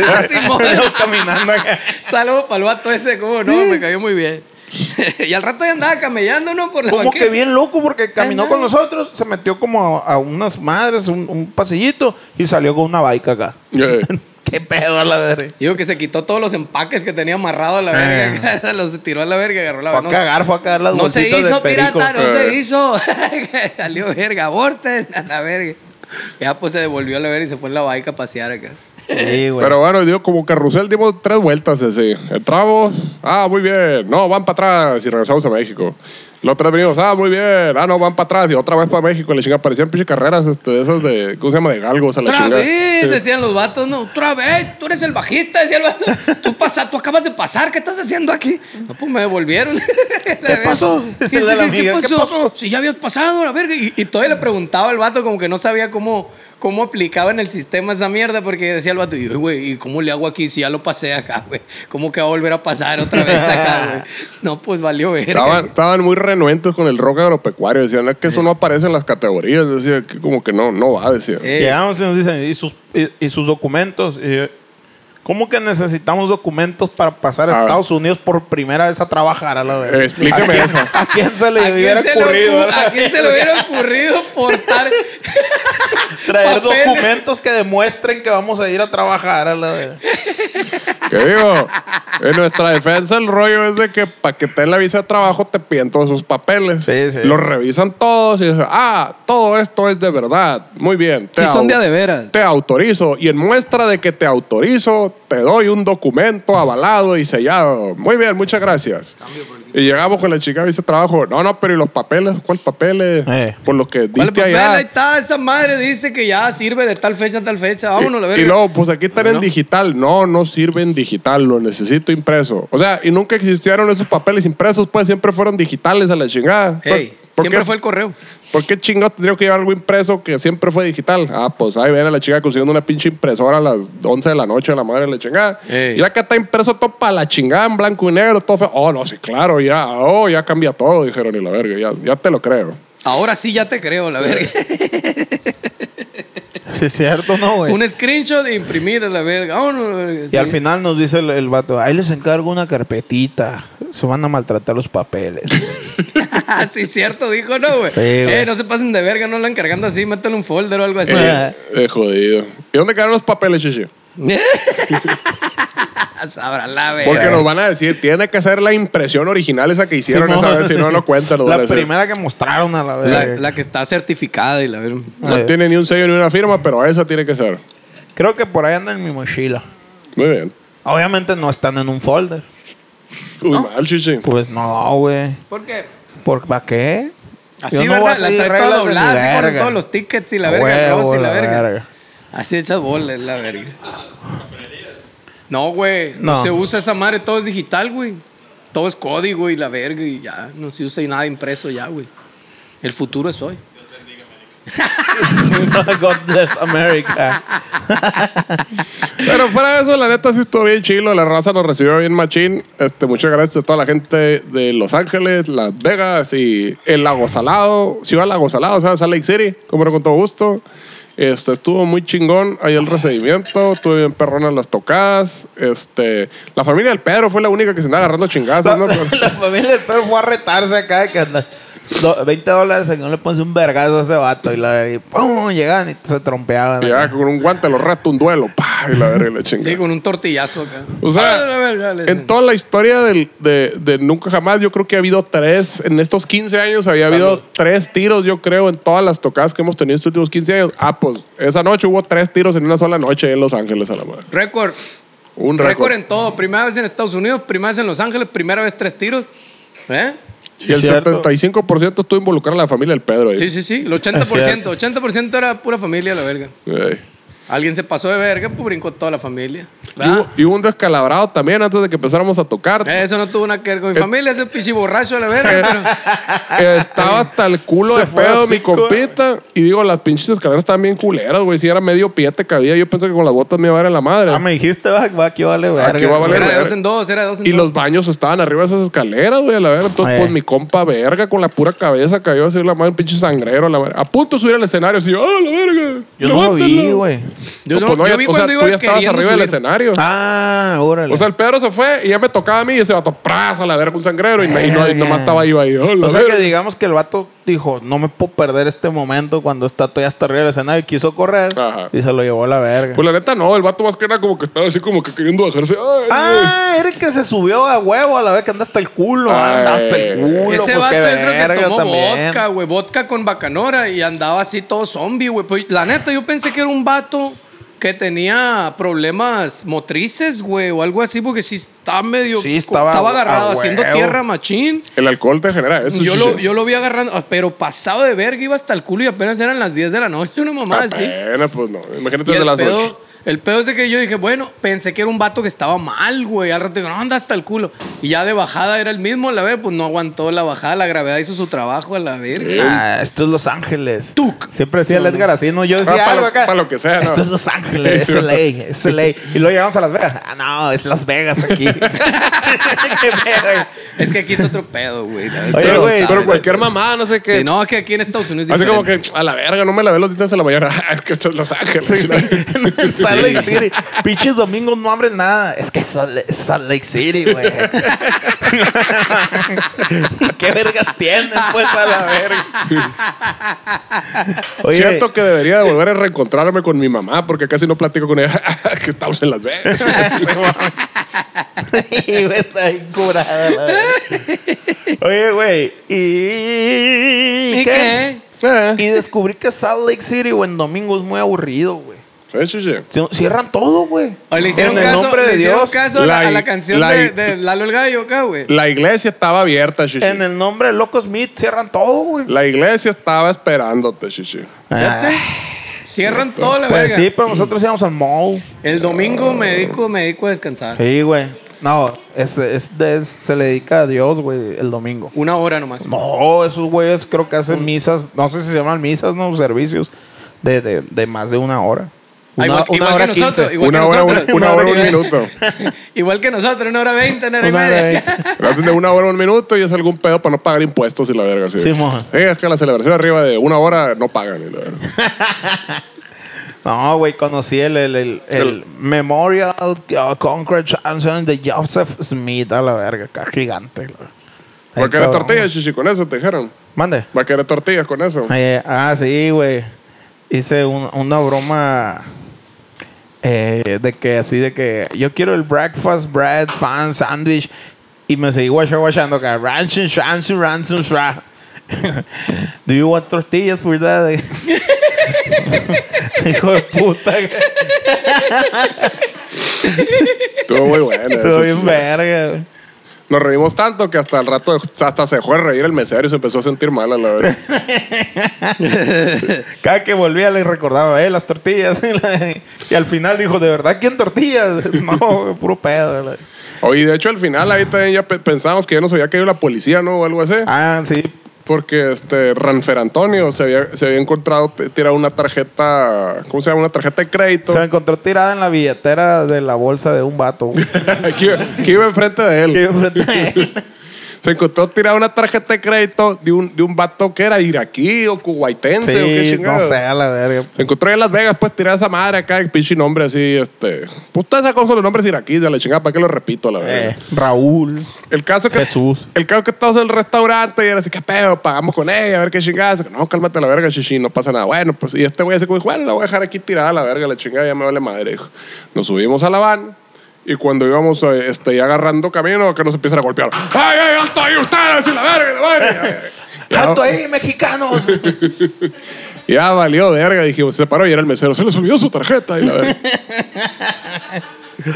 Speaker 2: <laughs>
Speaker 3: Simón.
Speaker 2: Y luego caminando acá.
Speaker 3: Saludos para el vato ese, cómo no, me cayó muy bien. <laughs> y al rato ya andaba camellando, ¿no? Por la
Speaker 2: Como
Speaker 3: banqueta.
Speaker 2: que bien loco porque caminó
Speaker 3: Andaba.
Speaker 2: con nosotros, se metió como a, a unas madres, un, un pasillito y salió con una baica acá.
Speaker 1: Yeah.
Speaker 2: ¿Qué pedo a la verga?
Speaker 3: Digo que se quitó todos los empaques que tenía amarrado a la <laughs> verga. los tiró a la verga, agarró la
Speaker 2: Eh. Fue a cagar, fue a cagar las
Speaker 3: No se
Speaker 2: bolsitas de
Speaker 3: hizo,
Speaker 2: perico.
Speaker 3: pirata, no
Speaker 1: Eh.
Speaker 3: se hizo. <laughs> Salió verga, aborten <laughs> a la verga. Ya pues se devolvió a la verga y se fue en la baica a pasear acá.
Speaker 2: Sí, güey.
Speaker 1: Pero bueno, dio como carrusel, dimos tres vueltas así. Entramos, ah, muy bien. No, van para atrás y regresamos a México. Los tres venimos, ah, muy bien. Ah, no, van para atrás y otra vez para México. Le chingada, parecían pinche carreras este, de esas de, ¿cómo se llama? De galgos a la
Speaker 3: Otra
Speaker 1: chingada.
Speaker 3: vez, decían los vatos, no, otra vez, tú eres el bajista, decía el vato. Tú, pasa, tú acabas de pasar, ¿qué estás haciendo aquí? No, pues me <laughs> devolvieron. ¿Qué
Speaker 2: pasó? Es el de la amiga, ¿qué pasó?
Speaker 3: Si ya habías pasado, la verga. Y, y todavía le preguntaba al vato como que no sabía cómo, cómo aplicaba en el sistema esa mierda, porque decía el vato, y yo, güey, ¿y cómo le hago aquí si ya lo pasé acá, güey? ¿Cómo que va a volver a pasar otra vez acá, güey? No, pues valió verga.
Speaker 1: Estaban, estaban muy renuentes con el rock agropecuario. Decían, es que eso no aparece en las categorías. Decía, que como que no, no va, decía.
Speaker 3: Eh,
Speaker 2: Llegamos y nos dicen, ¿y sus, y, y sus documentos? Y yo, ¿Cómo que necesitamos documentos para pasar a,
Speaker 1: A ver.
Speaker 2: Estados Unidos por primera vez a trabajar? A la verga?
Speaker 1: Explícame
Speaker 2: ¿A quién-
Speaker 1: eso.
Speaker 2: ¿A quién se
Speaker 3: ¿A
Speaker 2: le
Speaker 3: quién
Speaker 2: hubiera
Speaker 3: se le
Speaker 2: ocurrido?
Speaker 3: ocu- ¿A quién se le hubiera ocurrido portar
Speaker 2: Traer
Speaker 3: papeles?
Speaker 2: documentos que demuestren que vamos a ir a trabajar. A la verga?
Speaker 1: Que digo, en nuestra defensa el rollo es de que para que te den la visa de trabajo te piden todos esos papeles.
Speaker 2: Sí, sí.
Speaker 1: Los revisan todos y dicen, ah, todo esto es de verdad. Muy bien. te
Speaker 3: Sí, son
Speaker 1: au-
Speaker 3: de a de veras.
Speaker 1: Te autorizo. Y en muestra de que te autorizo, te doy un documento avalado y sellado. Muy bien, muchas gracias. Y llegamos con la chica de visa de trabajo. No, no, pero ¿y los papeles? ¿Cuál papeles?
Speaker 2: Eh.
Speaker 1: Por lo que
Speaker 3: ¿Cuál
Speaker 1: diste
Speaker 3: papel?
Speaker 1: allá.
Speaker 3: pues, Ahí está, esa madre dice que ya sirve de tal fecha a tal fecha. Vámonos, la
Speaker 1: Y-
Speaker 3: verga.
Speaker 1: Y luego, pues aquí están en
Speaker 3: Bueno.
Speaker 1: digital. No, no sirve en digital, lo necesito impreso. O sea, y nunca existieron esos papeles impresos, pues siempre fueron digitales a la chingada.
Speaker 2: pues,
Speaker 1: Pues,
Speaker 3: Ey,
Speaker 1: ¿Por
Speaker 3: siempre
Speaker 1: qué,
Speaker 3: fue el correo.
Speaker 1: ¿Por qué chingados tendría que llevar algo impreso que siempre fue digital? Ah, pues ahí ven a la chica consiguiendo una pinche impresora a las 11 de la noche, la madre de la chingada.
Speaker 3: Ey.
Speaker 1: Y acá está impreso todo para la chingada en blanco y negro, todo feo. Oh, no, sí, claro, ya, oh, ya cambia todo, dijeron, y la verga, ya, ya te lo creo.
Speaker 3: Ahora sí ya te creo, la
Speaker 2: <laughs>
Speaker 3: verga.
Speaker 2: Sí, es cierto, ¿no, güey?
Speaker 3: Un screenshot de imprimir a la verga. Vámonos, la verga.
Speaker 2: Pues. Y al
Speaker 3: Sí.
Speaker 2: final nos dice el, el vato, ahí les encargo una carpetita. Se van a maltratar los papeles.
Speaker 3: <laughs> sí, cierto, dijo, no, güey.
Speaker 2: Sí, güey.
Speaker 3: Eh, no se pasen de verga, no la encargando así, métele un folder o algo
Speaker 2: <laughs>
Speaker 3: así.
Speaker 2: Eh.
Speaker 1: Eh, jodido. ¿Y dónde quedaron los papeles, chichi?
Speaker 3: <laughs> Sabrá la verga.
Speaker 1: Porque
Speaker 2: Sí.
Speaker 1: nos van a decir, tiene que ser la impresión original esa que hicieron esa
Speaker 2: Simón.
Speaker 1: vez, si no lo cuentan, nos van a
Speaker 2: La
Speaker 1: decir.
Speaker 2: primera que mostraron a la
Speaker 3: La,
Speaker 2: verga.
Speaker 3: la que está certificada y la verga.
Speaker 1: No
Speaker 2: Eh.
Speaker 1: tiene ni un sello ni una firma, pero esa tiene que ser.
Speaker 2: Creo que por ahí anda en mi mochila.
Speaker 1: Muy bien.
Speaker 2: Obviamente no están en un folder.
Speaker 1: Uy, mal, chichi.
Speaker 2: Pues no, güey.
Speaker 3: ¿Por qué?
Speaker 2: ¿Por para qué?
Speaker 3: Así,
Speaker 2: Yo no voy a
Speaker 3: ¿verdad? La
Speaker 2: seguir
Speaker 3: trae toda
Speaker 2: reglas de mi
Speaker 3: doblada, así con
Speaker 2: verga.
Speaker 3: todos los tickets y la
Speaker 2: A
Speaker 3: verga, el
Speaker 2: huevo,
Speaker 3: rosa y la,
Speaker 2: la
Speaker 3: verga.
Speaker 2: verga.
Speaker 3: Así hechas bolas, la verga. No, güey, no.
Speaker 2: No.
Speaker 3: se usa esa madre, todo es digital, güey. Todo es código y la verga y ya, no se usa nada impreso ya, güey. El futuro es hoy.
Speaker 2: <laughs> God bless America. <laughs>
Speaker 1: Pero fuera de eso, la neta sí estuvo bien chilo. La raza nos recibió bien machín. Este, muchas gracias a toda la gente de Los Ángeles, Las Vegas y el Lago Salado, Ciudad Lago Salado, o sea, Salt Lake City, como no con todo gusto. Este, estuvo muy chingón ahí el recibimiento, estuvo bien perrón en las tocadas. Este, la familia del Pedro fue la única que se andaba agarrando
Speaker 2: La,
Speaker 1: chingazos, ¿no?
Speaker 2: la familia del perro fue a retarse acá de que anda- do- 20 dólares que no le pones un vergazo a ese vato y la verga, y ¡pum! llegaban y se trompeaban.
Speaker 1: Y ya con un guante lo reto un duelo, pa, y la verga y la chinga.
Speaker 3: Sí, con un tortillazo acá.
Speaker 1: O
Speaker 3: Ah, la
Speaker 1: sea,
Speaker 3: verga, le-
Speaker 1: en toda la historia del- de, de Nunca Jamás, yo creo que ha habido tres, en estos 15 años había habido tres tiros, yo creo, en todas las tocadas que hemos tenido estos últimos 15 años. Ah, pues esa noche hubo tres tiros en una sola noche en Los Ángeles a la madre.
Speaker 3: Récord.
Speaker 1: Un
Speaker 3: Récord
Speaker 1: récord.
Speaker 3: en todo. Primera vez en Estados Unidos, primera vez en Los Ángeles, primera vez tres tiros. ¿Eh?
Speaker 1: Y el
Speaker 2: Cierto.
Speaker 1: 75% estuvo involucrada la familia del Pedro. ahí.
Speaker 3: Sí, sí, sí. El
Speaker 2: Es
Speaker 3: 80%.
Speaker 2: cierto.
Speaker 3: 80% era pura familia, la verga.
Speaker 1: Ey.
Speaker 3: Alguien se pasó de verga, pues brincó toda la familia.
Speaker 1: Y hubo,
Speaker 3: ¿verdad?
Speaker 1: y hubo un descalabrado también antes de que empezáramos a tocar.
Speaker 3: Eso no tuvo nada que
Speaker 1: <laughs>
Speaker 3: ver con mi familia, ese pinche borracho de la verga. pero-
Speaker 1: Estaba
Speaker 2: <laughs>
Speaker 1: hasta el culo
Speaker 2: Se
Speaker 1: de
Speaker 2: fue
Speaker 1: pedo
Speaker 2: así,
Speaker 1: mi compita. Y digo, las pinches escaleras estaban bien culeras, güey. Si era medio piete cabía, yo pensé que con las botas me iba a dar en la madre.
Speaker 2: Ah, me dijiste, va, va, aquí vale verga.
Speaker 1: Aquí va a valer
Speaker 3: Era de
Speaker 1: verga.
Speaker 3: dos en dos, era de dos en
Speaker 1: Y
Speaker 3: dos.
Speaker 1: los baños estaban arriba de esas escaleras, güey, a la verga. Entonces,
Speaker 2: Eh.
Speaker 1: pues mi compa verga con la pura cabeza cayó así la madre, un pinche sangrero, a la verga. A punto de subir al escenario, así, ¡ah, la verga!
Speaker 2: Yo no lo vi,
Speaker 1: levántalo".
Speaker 2: güey.
Speaker 3: Yo, no,
Speaker 1: pues no,
Speaker 3: yo
Speaker 1: ya-
Speaker 3: vi
Speaker 1: o sea,
Speaker 3: cuando
Speaker 1: tú ya
Speaker 3: iba
Speaker 1: estabas
Speaker 3: queriendo
Speaker 1: arriba del
Speaker 3: subir.
Speaker 1: escenario.
Speaker 2: Ah, órale.
Speaker 1: O sea, el Pedro se fue y ya me tocaba a mí y se va pras a la verga un sangrero y, me, y no, y
Speaker 2: Verga.
Speaker 1: nomás estaba ahí, ahí. "Ah, la
Speaker 2: Eh. O sea
Speaker 1: verga".
Speaker 2: que digamos que el vato dijo, no me puedo perder este momento cuando está todavía hasta arriba del escenario y quiso correr
Speaker 1: Ajá.
Speaker 2: y se lo llevó a la verga.
Speaker 1: <laughs> Pues la neta no, el vato más que era como que estaba así como que queriendo bajarse. Ay,
Speaker 2: ah, era el que se subió a huevo a la vez que anda hasta el culo.
Speaker 1: Ay.
Speaker 2: Anda hasta el
Speaker 1: eh,
Speaker 2: culo.
Speaker 3: Ese
Speaker 2: pues
Speaker 3: vato
Speaker 2: qué
Speaker 3: yo creo que
Speaker 2: verga
Speaker 3: tomó
Speaker 2: también.
Speaker 3: vodka, güey. Vodka con bacanora y andaba así todo zombie, güey. Pues la neta, yo pensé que era un vato que tenía problemas motrices, güey, o algo así, porque sí estaba medio.
Speaker 2: Sí, estaba a
Speaker 3: agarrado,
Speaker 2: huevo.
Speaker 3: haciendo tierra machín.
Speaker 1: El alcohol te genera eso.
Speaker 3: Yo
Speaker 1: sí,
Speaker 3: lo,
Speaker 1: sí.
Speaker 3: yo lo vi agarrando, ah, pero pasado de verga, iba hasta el culo y apenas eran las 10 de la noche, una mamá
Speaker 1: <laughs>
Speaker 3: así.
Speaker 1: Apenas, pues no. Imagínate
Speaker 3: Y
Speaker 1: desde
Speaker 3: el,
Speaker 1: las
Speaker 3: pedo,
Speaker 1: ocho.
Speaker 3: el pedo es de que yo dije, bueno, pensé que era un vato que estaba mal, güey. Al rato digo, no, anda hasta el culo. Y ya de bajada era el mismo, la ver, pues no aguantó la bajada, la gravedad hizo su trabajo a la verga.
Speaker 2: Ah, esto es Los Ángeles.
Speaker 3: Tuc.
Speaker 2: Siempre decía el Edgar así, ¿no? Yo decía
Speaker 1: Ah, pa'
Speaker 2: algo
Speaker 1: lo-
Speaker 2: acá.
Speaker 1: pa' lo que sea, ¿no?
Speaker 2: Esto es Los Ángeles, es LA, es LA. Y luego llegamos a Las Vegas. Ah, no, es Las Vegas aquí. <laughs> Qué verga.
Speaker 3: Es que aquí es otro pedo, güey. la verdad,
Speaker 2: Oye,
Speaker 3: tú lo
Speaker 2: güey,
Speaker 3: sabes.
Speaker 1: Pero cualquier mamá, no sé qué.
Speaker 3: Sí, no, es que aquí en Estados Unidos es
Speaker 1: Así como
Speaker 3: diferente.
Speaker 1: que, a la verga, no me lavé los dientes a la mañana. <laughs> es que esto es Los Ángeles.
Speaker 2: Sí,
Speaker 1: ¿no?
Speaker 2: en Salt Lake City. Pinches domingos no abren nada. Es que es Salt Lake- Salt Lake City, güey. ¿Qué vergas tienen, pues, a la verga? <laughs> Oye, <laughs>
Speaker 1: Siento que debería de volver a reencontrarme con mi mamá porque casi no platico con ella. <laughs> que estamos en Las Vegas.
Speaker 2: <laughs> Y me está bien curada, la verga. Oye, güey. ¿Y
Speaker 3: ¿Y
Speaker 2: qué?
Speaker 3: qué?
Speaker 1: Eh,
Speaker 2: Y descubrí que Salt Lake City, güey, en domingo es muy aburrido, güey.
Speaker 1: sí, sí, sí.
Speaker 2: Ci- Cierran todo, güey.
Speaker 3: O le hicieron
Speaker 2: en el
Speaker 3: caso,
Speaker 2: nombre de
Speaker 3: le hicieron
Speaker 2: Dios.
Speaker 3: caso a la,
Speaker 1: La-
Speaker 3: a la canción
Speaker 1: la-
Speaker 3: de, de Lalo el Gallo acá, güey.
Speaker 1: La iglesia estaba abierta, Shishi.
Speaker 2: En el nombre de Loco Smith cierran todo, güey.
Speaker 1: La iglesia estaba esperándote, Shishi.
Speaker 3: Cierran todo la
Speaker 2: Pues
Speaker 3: verga.
Speaker 2: sí, pero nosotros íbamos al mall.
Speaker 3: El domingo me dedico, me dedico a descansar.
Speaker 2: Sí, güey. No, es, es de- se le dedica a Dios, güey, el domingo.
Speaker 3: Una hora nomás.
Speaker 2: No, esos güeyes creo que hacen misas, no sé si se llaman misas, no, servicios de, de, de más de una hora.
Speaker 3: Ah,
Speaker 2: Una,
Speaker 3: igual que-
Speaker 2: una
Speaker 3: igual que
Speaker 2: hora
Speaker 3: nosotros,
Speaker 2: quince.
Speaker 3: igual que
Speaker 1: Una hora,
Speaker 3: nosotros.
Speaker 1: un- una hora, un
Speaker 3: Igual-
Speaker 1: minuto.
Speaker 3: <laughs> Igual que nosotros, una hora veinte, una hora y
Speaker 2: Una
Speaker 3: media.
Speaker 2: hora veinte.
Speaker 1: Lo <laughs> hacen de una hora a un minuto y es algún pedo para no pagar impuestos y la verga. Sí,
Speaker 2: Sí, moja.
Speaker 1: Sí, es que la celebración arriba de una hora no pagan. y la verga.
Speaker 2: No, güey, conocí el, el, el, el
Speaker 1: El-
Speaker 2: Memorial uh, Concrete Chanson de Joseph Smith a la verga, acá gigante. la verga.
Speaker 1: Va a querer
Speaker 2: Ahí, cabrón.
Speaker 1: tortillas, Shishi, con eso te dijeron.
Speaker 2: Mande.
Speaker 1: Va a querer tortillas con eso.
Speaker 2: Eh, ah, sí, güey. Hice un- una broma eh, de que así de que yo quiero el breakfast bread fan sandwich y me seguí guacha guachando acá. Ranching, ranching, ranching, ra. <laughs> Do you want tortillas for that? <laughs> Hijo de puta. güey.
Speaker 1: Estuvo
Speaker 2: <laughs>
Speaker 1: muy bueno.
Speaker 2: Estuvo
Speaker 1: eso,
Speaker 2: bien
Speaker 1: sí.
Speaker 2: verga. güey.
Speaker 1: Nos reímos tanto que hasta el rato, hasta se dejó de reír el mesero y se empezó a sentir mal a la
Speaker 2: <laughs>
Speaker 1: verga.
Speaker 2: Cada que volvía le recordaba, eh, las tortillas. <laughs> y al final dijo, ¿de verdad quién tortillas? <laughs> no, güey, puro pedo. güey.
Speaker 1: Oye, de hecho, al final ahí también ya pe- pensábamos que ya nos había caído la policía, ¿no? O algo así.
Speaker 2: Ah, sí,
Speaker 1: Porque este Ranfer Antonio se había, se había encontrado t- tirado una tarjeta, ¿cómo se llama? Una tarjeta de crédito
Speaker 2: Se la encontró tirada en la billetera de la bolsa de un vato. güey.
Speaker 1: <laughs> que, iba- que iba enfrente de
Speaker 2: Que
Speaker 1: él.
Speaker 2: iba enfrente de él.
Speaker 1: Se encontró tirada una tarjeta de crédito de un, de un vato que era iraquí o
Speaker 2: Sí,
Speaker 1: kuwaitense o qué chingado.
Speaker 2: no sé, a la verga.
Speaker 1: Se encontró ahí en Las Vegas, pues tirada esa madre acá, el pinche nombre así, este. Pues toda esa cosa, los nombres iraquíes, de la chingada, ¿para qué lo repito a la verdad?
Speaker 2: Eh, Raúl.
Speaker 1: El caso que.
Speaker 2: Jesús.
Speaker 1: El caso que estabas en el restaurante y era así, ¿qué pedo? Pagamos con ella, a ver qué chingada. No, cálmate la verga, chichi, no pasa nada. Bueno, pues, y este güey así como dijo, bueno, la voy a dejar aquí tirada la verga, la chingada, ya me vale madre. Dijo. Nos subimos a la van y cuando íbamos eh, este, ya agarrando camino, que nos empiezan a golpear. ¡Ay, ay, alto ahí ustedes! ¡Y la verga, y la verga! Ya-
Speaker 2: ¡Alto ahí, mexicanos! <laughs>
Speaker 1: ya valió verga, dijimos, se paró y era el mesero, se les olvidó su tarjeta y la verga.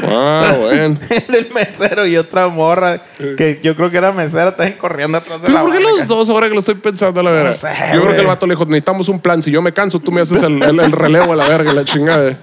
Speaker 1: Ah, bueno.
Speaker 2: Era el mesero y otra morra que yo creo que era mesera, estaban corriendo atrás de
Speaker 1: Pero
Speaker 2: la
Speaker 1: ¿Por qué
Speaker 2: barca.
Speaker 1: los dos ahora que lo estoy pensando a la verga?
Speaker 2: sé,
Speaker 1: yo creo
Speaker 2: güey.
Speaker 1: que el vato le dijo, necesitamos un plan. Si yo me canso, tú me haces el, el- el relevo a la verga, la chingada.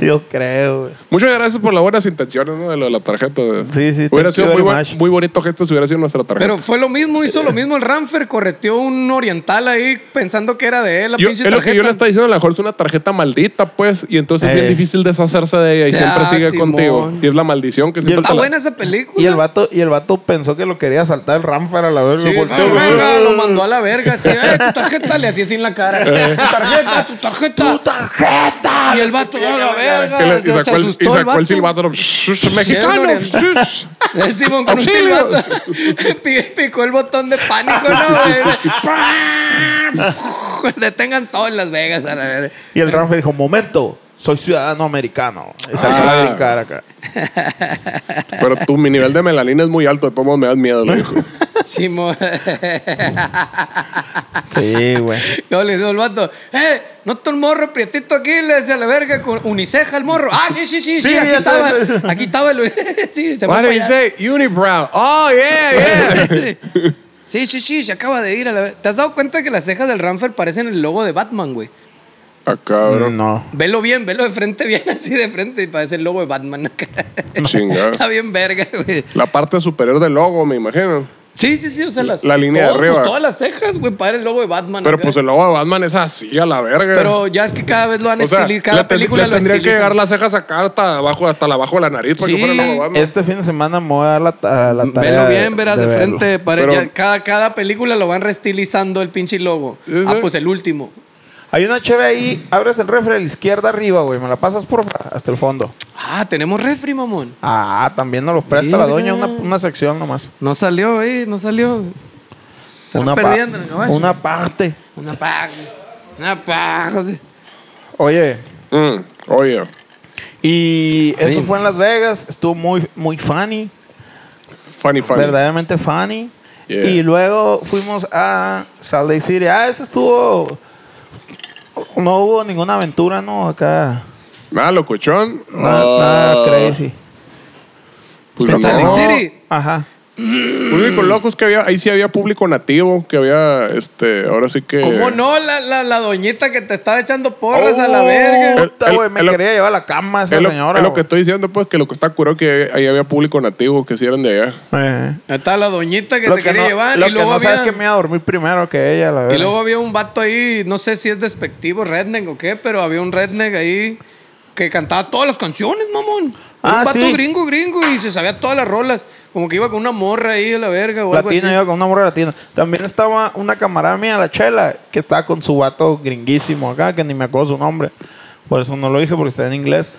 Speaker 2: Yo creo, güey.
Speaker 1: Muchas gracias por las buenas intenciones, ¿no? De lo de la tarjeta.
Speaker 2: Sí, sí,
Speaker 1: Hubiera
Speaker 2: thank
Speaker 1: sido muy,
Speaker 2: you very
Speaker 1: buen-
Speaker 2: much.
Speaker 1: muy bonito gesto si hubiera sido nuestra tarjeta.
Speaker 3: Pero fue lo mismo, hizo lo mismo el Ramfer, correteó un oriental ahí pensando que era de él la
Speaker 1: Yo-
Speaker 3: pinche
Speaker 1: es lo que yo le
Speaker 3: tarjeta.
Speaker 1: estaba diciendo, a lo mejor es una tarjeta maldita, pues, y entonces es
Speaker 2: Eh.
Speaker 1: bien difícil deshacerse de ella y
Speaker 3: Ya,
Speaker 1: siempre sigue
Speaker 3: Simón. Ah,
Speaker 1: contigo. Y es la maldición que siempre
Speaker 3: Está
Speaker 1: te la-
Speaker 3: buena esa película.
Speaker 2: Y el vato, y el vato pensó que lo quería saltar el Ramfer a la vez.
Speaker 3: Sí,
Speaker 2: me volteó,
Speaker 3: no,
Speaker 2: güey.
Speaker 3: venga, lo mandó a la verga. Así, eh, tu tarjeta le hacía así en la cara.
Speaker 1: Eh.
Speaker 3: Tu tarjeta, tu tarjeta.
Speaker 2: ¡Tu tarjeta!
Speaker 3: Y el vato, a la
Speaker 1: Que le-
Speaker 3: verga.
Speaker 1: y
Speaker 3: O sea, Se
Speaker 1: sacó el- y
Speaker 3: asustó el
Speaker 1: sacó el
Speaker 3: vato.
Speaker 1: silbato. ¡Mexicano!
Speaker 3: oriental. Eh, Simón con un
Speaker 1: ¡Auxilio!
Speaker 3: silbato. <laughs> Pi- Picó el botón de pánico,
Speaker 2: <laughs>
Speaker 3: ¿no? güey? <laughs> Detengan todo en Las Vegas a la verga.
Speaker 2: Y el Ramfer dijo, momento, soy ciudadano americano. Y salió
Speaker 1: Ah.
Speaker 2: a brincar acá.
Speaker 1: Pero tú, mi nivel de melanina es muy alto, de todos modos me das miedo, le dijo.
Speaker 3: Simón. <laughs>
Speaker 2: Sí, güey.
Speaker 3: Luego le dijo el vato, eh, ¿no está un morro prietito aquí? Le decía la verga, con uniceja el morro. Ah, sí, sí, sí, sí,
Speaker 2: Sí,
Speaker 3: aquí
Speaker 2: ya
Speaker 3: estaba.
Speaker 2: sé, sé.
Speaker 3: Aquí estaba el <laughs> sí, se fue
Speaker 1: What
Speaker 3: para
Speaker 1: did you
Speaker 3: allá.
Speaker 1: say? Unibrow. Oh, yeah, yeah.
Speaker 3: Sí, sí, sí, se acaba de ir a la verga. ¿Te has dado cuenta que las cejas del Ramfer parecen el logo de Batman, güey?
Speaker 1: <laughs> Ah, cabrón.
Speaker 2: No.
Speaker 3: Velo bien, velo de frente bien, <laughs> así de frente y parece el logo de Batman.
Speaker 1: Chinga.
Speaker 3: <laughs> Está bien verga, güey.
Speaker 1: La parte superior del logo, me imagino.
Speaker 3: Sí, sí, sí, o sea, las...
Speaker 1: La línea de
Speaker 3: todo, pues,
Speaker 1: arriba.
Speaker 3: todas las cejas, güey, para el logo de Batman.
Speaker 1: Pero
Speaker 3: acá.
Speaker 1: pues el logo de Batman es así, a la verga.
Speaker 3: Pero ya es que cada vez lo han
Speaker 1: o sea,
Speaker 3: estilizado, cada
Speaker 1: le ten-
Speaker 3: película
Speaker 1: le
Speaker 3: lo
Speaker 1: tendrían que
Speaker 3: estilizan.
Speaker 1: llegar las cejas acá hasta abajo, hasta la abajo de la nariz para
Speaker 3: Sí.
Speaker 1: que fuera el logo de Batman.
Speaker 2: Este fin de semana me voy a dar la, ta- la tarea.
Speaker 3: Velo bien, verás de,
Speaker 2: verlo.
Speaker 3: frente. pare-
Speaker 1: Pero-
Speaker 3: ya cada, cada película lo van restilizando el pinche logo.
Speaker 1: Sí,
Speaker 3: Ah,
Speaker 1: sí.
Speaker 3: pues el último.
Speaker 2: Hay una cheve ahí, abres el refri a la izquierda arriba, güey. Me la pasas, porfa, hasta el fondo.
Speaker 3: Ah, tenemos refri, mamón.
Speaker 2: Ah, también nos los presta la doña
Speaker 3: Mira.
Speaker 2: una, una sección nomás.
Speaker 3: No salió, eh, no salió. Estás
Speaker 2: Una, pa-
Speaker 3: perdiendo, ¿no?
Speaker 2: una parte.
Speaker 3: Una paja. Una paja.
Speaker 2: Oye,
Speaker 1: Mm, oye.
Speaker 2: y eso fue en Las Vegas. Estuvo muy, muy funny.
Speaker 1: Funny, funny.
Speaker 2: verdaderamente funny.
Speaker 1: Yeah.
Speaker 2: Y luego fuimos a Salt Lake City. Ah, eso estuvo. No hubo ninguna aventura, ¿no? Acá.
Speaker 1: Nada, locochón.
Speaker 2: Nada,
Speaker 1: Ah,
Speaker 2: nada crazy.
Speaker 1: Pues
Speaker 3: En
Speaker 1: no.
Speaker 3: Salt Lake City.
Speaker 2: Ajá.
Speaker 1: Público loco es que había, ahí sí había público nativo, que había, este, ahora sí que...
Speaker 3: ¿Cómo no? La, la, la doñita que te estaba echando porras a la
Speaker 2: Oh,
Speaker 3: verga.
Speaker 2: puta,
Speaker 1: El- el-
Speaker 2: güey, me
Speaker 1: el-
Speaker 2: quería llevar a la cama esa
Speaker 1: Es lo,
Speaker 2: señora.
Speaker 1: es lo que
Speaker 2: güey.
Speaker 1: estoy diciendo, pues, que lo que está curado que ahí había público nativo, que sí eran de allá.
Speaker 2: Eh.
Speaker 3: Ahí estaba la doñita que
Speaker 2: Lo
Speaker 3: te quería
Speaker 2: no,
Speaker 3: llevar.
Speaker 2: lo
Speaker 3: Y
Speaker 2: que
Speaker 3: luego,
Speaker 2: no sabes
Speaker 3: había,
Speaker 2: que me iba a dormir primero que ella, la verdad.
Speaker 3: y luego había un vato ahí, no sé si es despectivo, redneck o qué, pero había un redneck ahí que cantaba todas las canciones, mamón.
Speaker 2: Ah,
Speaker 3: un vato
Speaker 2: sí.
Speaker 3: gringo, gringo, y se sabía todas las rolas. Como que iba con una morra ahí a la verga o algo así.
Speaker 2: Latina, iba con una morra latina. También estaba una camarada mía, la Chela, que estaba con su vato gringuísimo acá, que ni me acuerdo su nombre. Por eso no lo dije, porque está en inglés.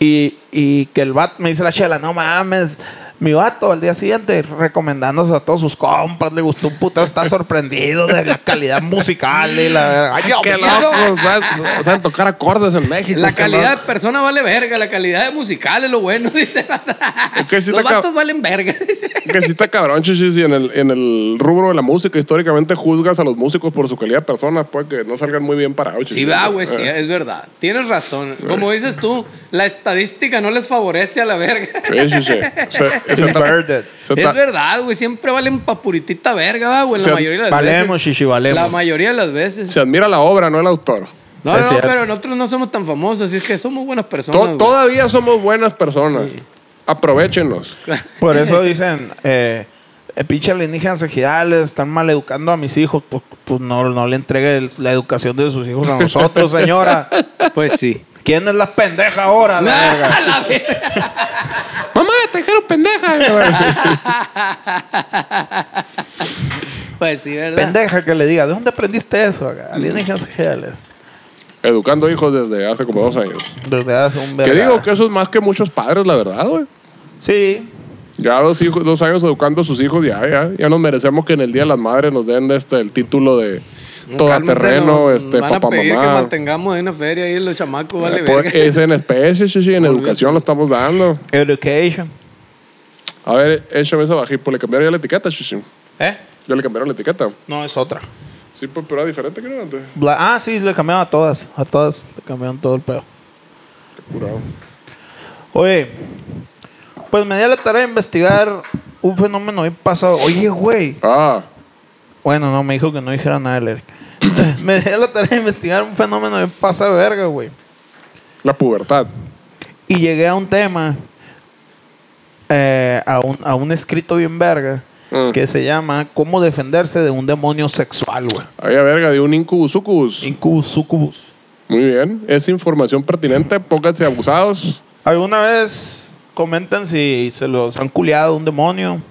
Speaker 2: Y, y que el vato, me dice la Chela, no mames, mi vato al día siguiente recomendándose a todos sus compas, le gustó un putero, está sorprendido de la calidad musical y la verga. Ay, yo, mierda.
Speaker 1: saben, saben tocar acordes en México.
Speaker 3: La
Speaker 1: qué
Speaker 3: calidad
Speaker 1: loco.
Speaker 3: de persona vale verga, la calidad de musical es lo bueno, <laughs> dice.
Speaker 1: que sí
Speaker 3: Los
Speaker 1: está cab-
Speaker 3: vatos valen verga, <laughs> dice.
Speaker 1: Que sí está cabrón, chichis, y en el, en el rubro de la música, históricamente juzgas a los músicos por su calidad de personas, pues, que no salgan muy bien parados.
Speaker 3: Sí,
Speaker 1: chichis.
Speaker 3: va, güey, sí,
Speaker 1: Eh,
Speaker 3: es verdad. Tienes razón. Como dices tú, la estadística no les favorece a la verga.
Speaker 1: Sí, sí, sí. Se- se
Speaker 2: It's
Speaker 1: tra-
Speaker 2: birded.
Speaker 1: se tra-
Speaker 3: Es verdad, güey, siempre valen papuritita verga, va, güey,
Speaker 1: Se-
Speaker 3: la mayoría de las
Speaker 2: Valemos,
Speaker 3: veces.
Speaker 2: chichi, valemos.
Speaker 3: La mayoría de las veces.
Speaker 1: Se admira la obra, no el autor.
Speaker 3: No,
Speaker 2: Es
Speaker 3: no,
Speaker 2: cierto.
Speaker 3: pero nosotros no somos tan famosos, así es que somos buenas
Speaker 1: To-
Speaker 3: personas. güey.
Speaker 1: todavía somos buenas personas.
Speaker 3: <laughs>
Speaker 1: Aprovechenos.
Speaker 2: Por
Speaker 1: <laughs>
Speaker 2: eso dicen, eh, eh, pinche alienígenas ejidales, están mal educando a mis hijos. Pues, pues no, no le entregue el- la educación de sus hijos
Speaker 1: <laughs>
Speaker 2: a nosotros, señora.
Speaker 3: Pues sí.
Speaker 2: ¿Quién es la pendeja
Speaker 1: <laughs>
Speaker 2: ahora? La verga?
Speaker 3: La verga.
Speaker 1: Mamá, te dijeron pendeja.
Speaker 3: <laughs> Pues sí, ¿verdad?
Speaker 2: Pendeja que le diga, ¿de dónde aprendiste eso? acá? Alienígenas ejidales.
Speaker 1: Educando hijos desde hace como dos años.
Speaker 2: Desde hace un
Speaker 1: Que
Speaker 2: verga.
Speaker 1: digo que eso es más que muchos padres, la verdad, güey.
Speaker 2: Sí.
Speaker 1: Ya dos, hijos, dos años educando a sus hijos, ya, ya, ya nos merecemos que en el Día de las Madres nos den este, el título de todoterreno,
Speaker 3: Cálmate,
Speaker 1: este,
Speaker 3: nos van a
Speaker 1: papá,
Speaker 3: pedir que
Speaker 1: mamá.
Speaker 3: mantengamos ahí una feria ahí los chamacos, vale
Speaker 1: Eh, por-
Speaker 3: verga. <laughs>
Speaker 1: es en especie, sí, sí, en educación lo estamos dando.
Speaker 2: Education.
Speaker 1: A ver, échame esa bajita, pues le cambiaron ya la etiqueta, chichi.
Speaker 2: ¿Eh?
Speaker 1: Ya le cambiaron la etiqueta.
Speaker 2: No, es otra.
Speaker 1: Sí, pues, pero era diferente, creo, antes.
Speaker 2: Bla- ah, sí, le cambiaron a todas. A todas le cambiaron todo el pedo.
Speaker 1: Curado.
Speaker 2: Oye, pues me di a la tarea de investigar un fenómeno bien pasado. Oye, güey.
Speaker 1: Ah,
Speaker 2: Bueno, no, me dijo que no dijera nada del Eric. <coughs> me di a la tarea de investigar un fenómeno bien pasado, de verga, güey.
Speaker 1: la pubertad.
Speaker 2: Y llegué a un tema, eh, a, un, a un escrito bien verga,
Speaker 1: Mm.
Speaker 2: que se llama ¿Cómo defenderse de un demonio sexual, güey?
Speaker 1: Había verga de un incubus sucubus.
Speaker 2: Incubus, sucubus.
Speaker 1: Muy bien. Es información pertinente. Pónganse abusados.
Speaker 2: ¿Alguna vez comentan si se los han culiado un demonio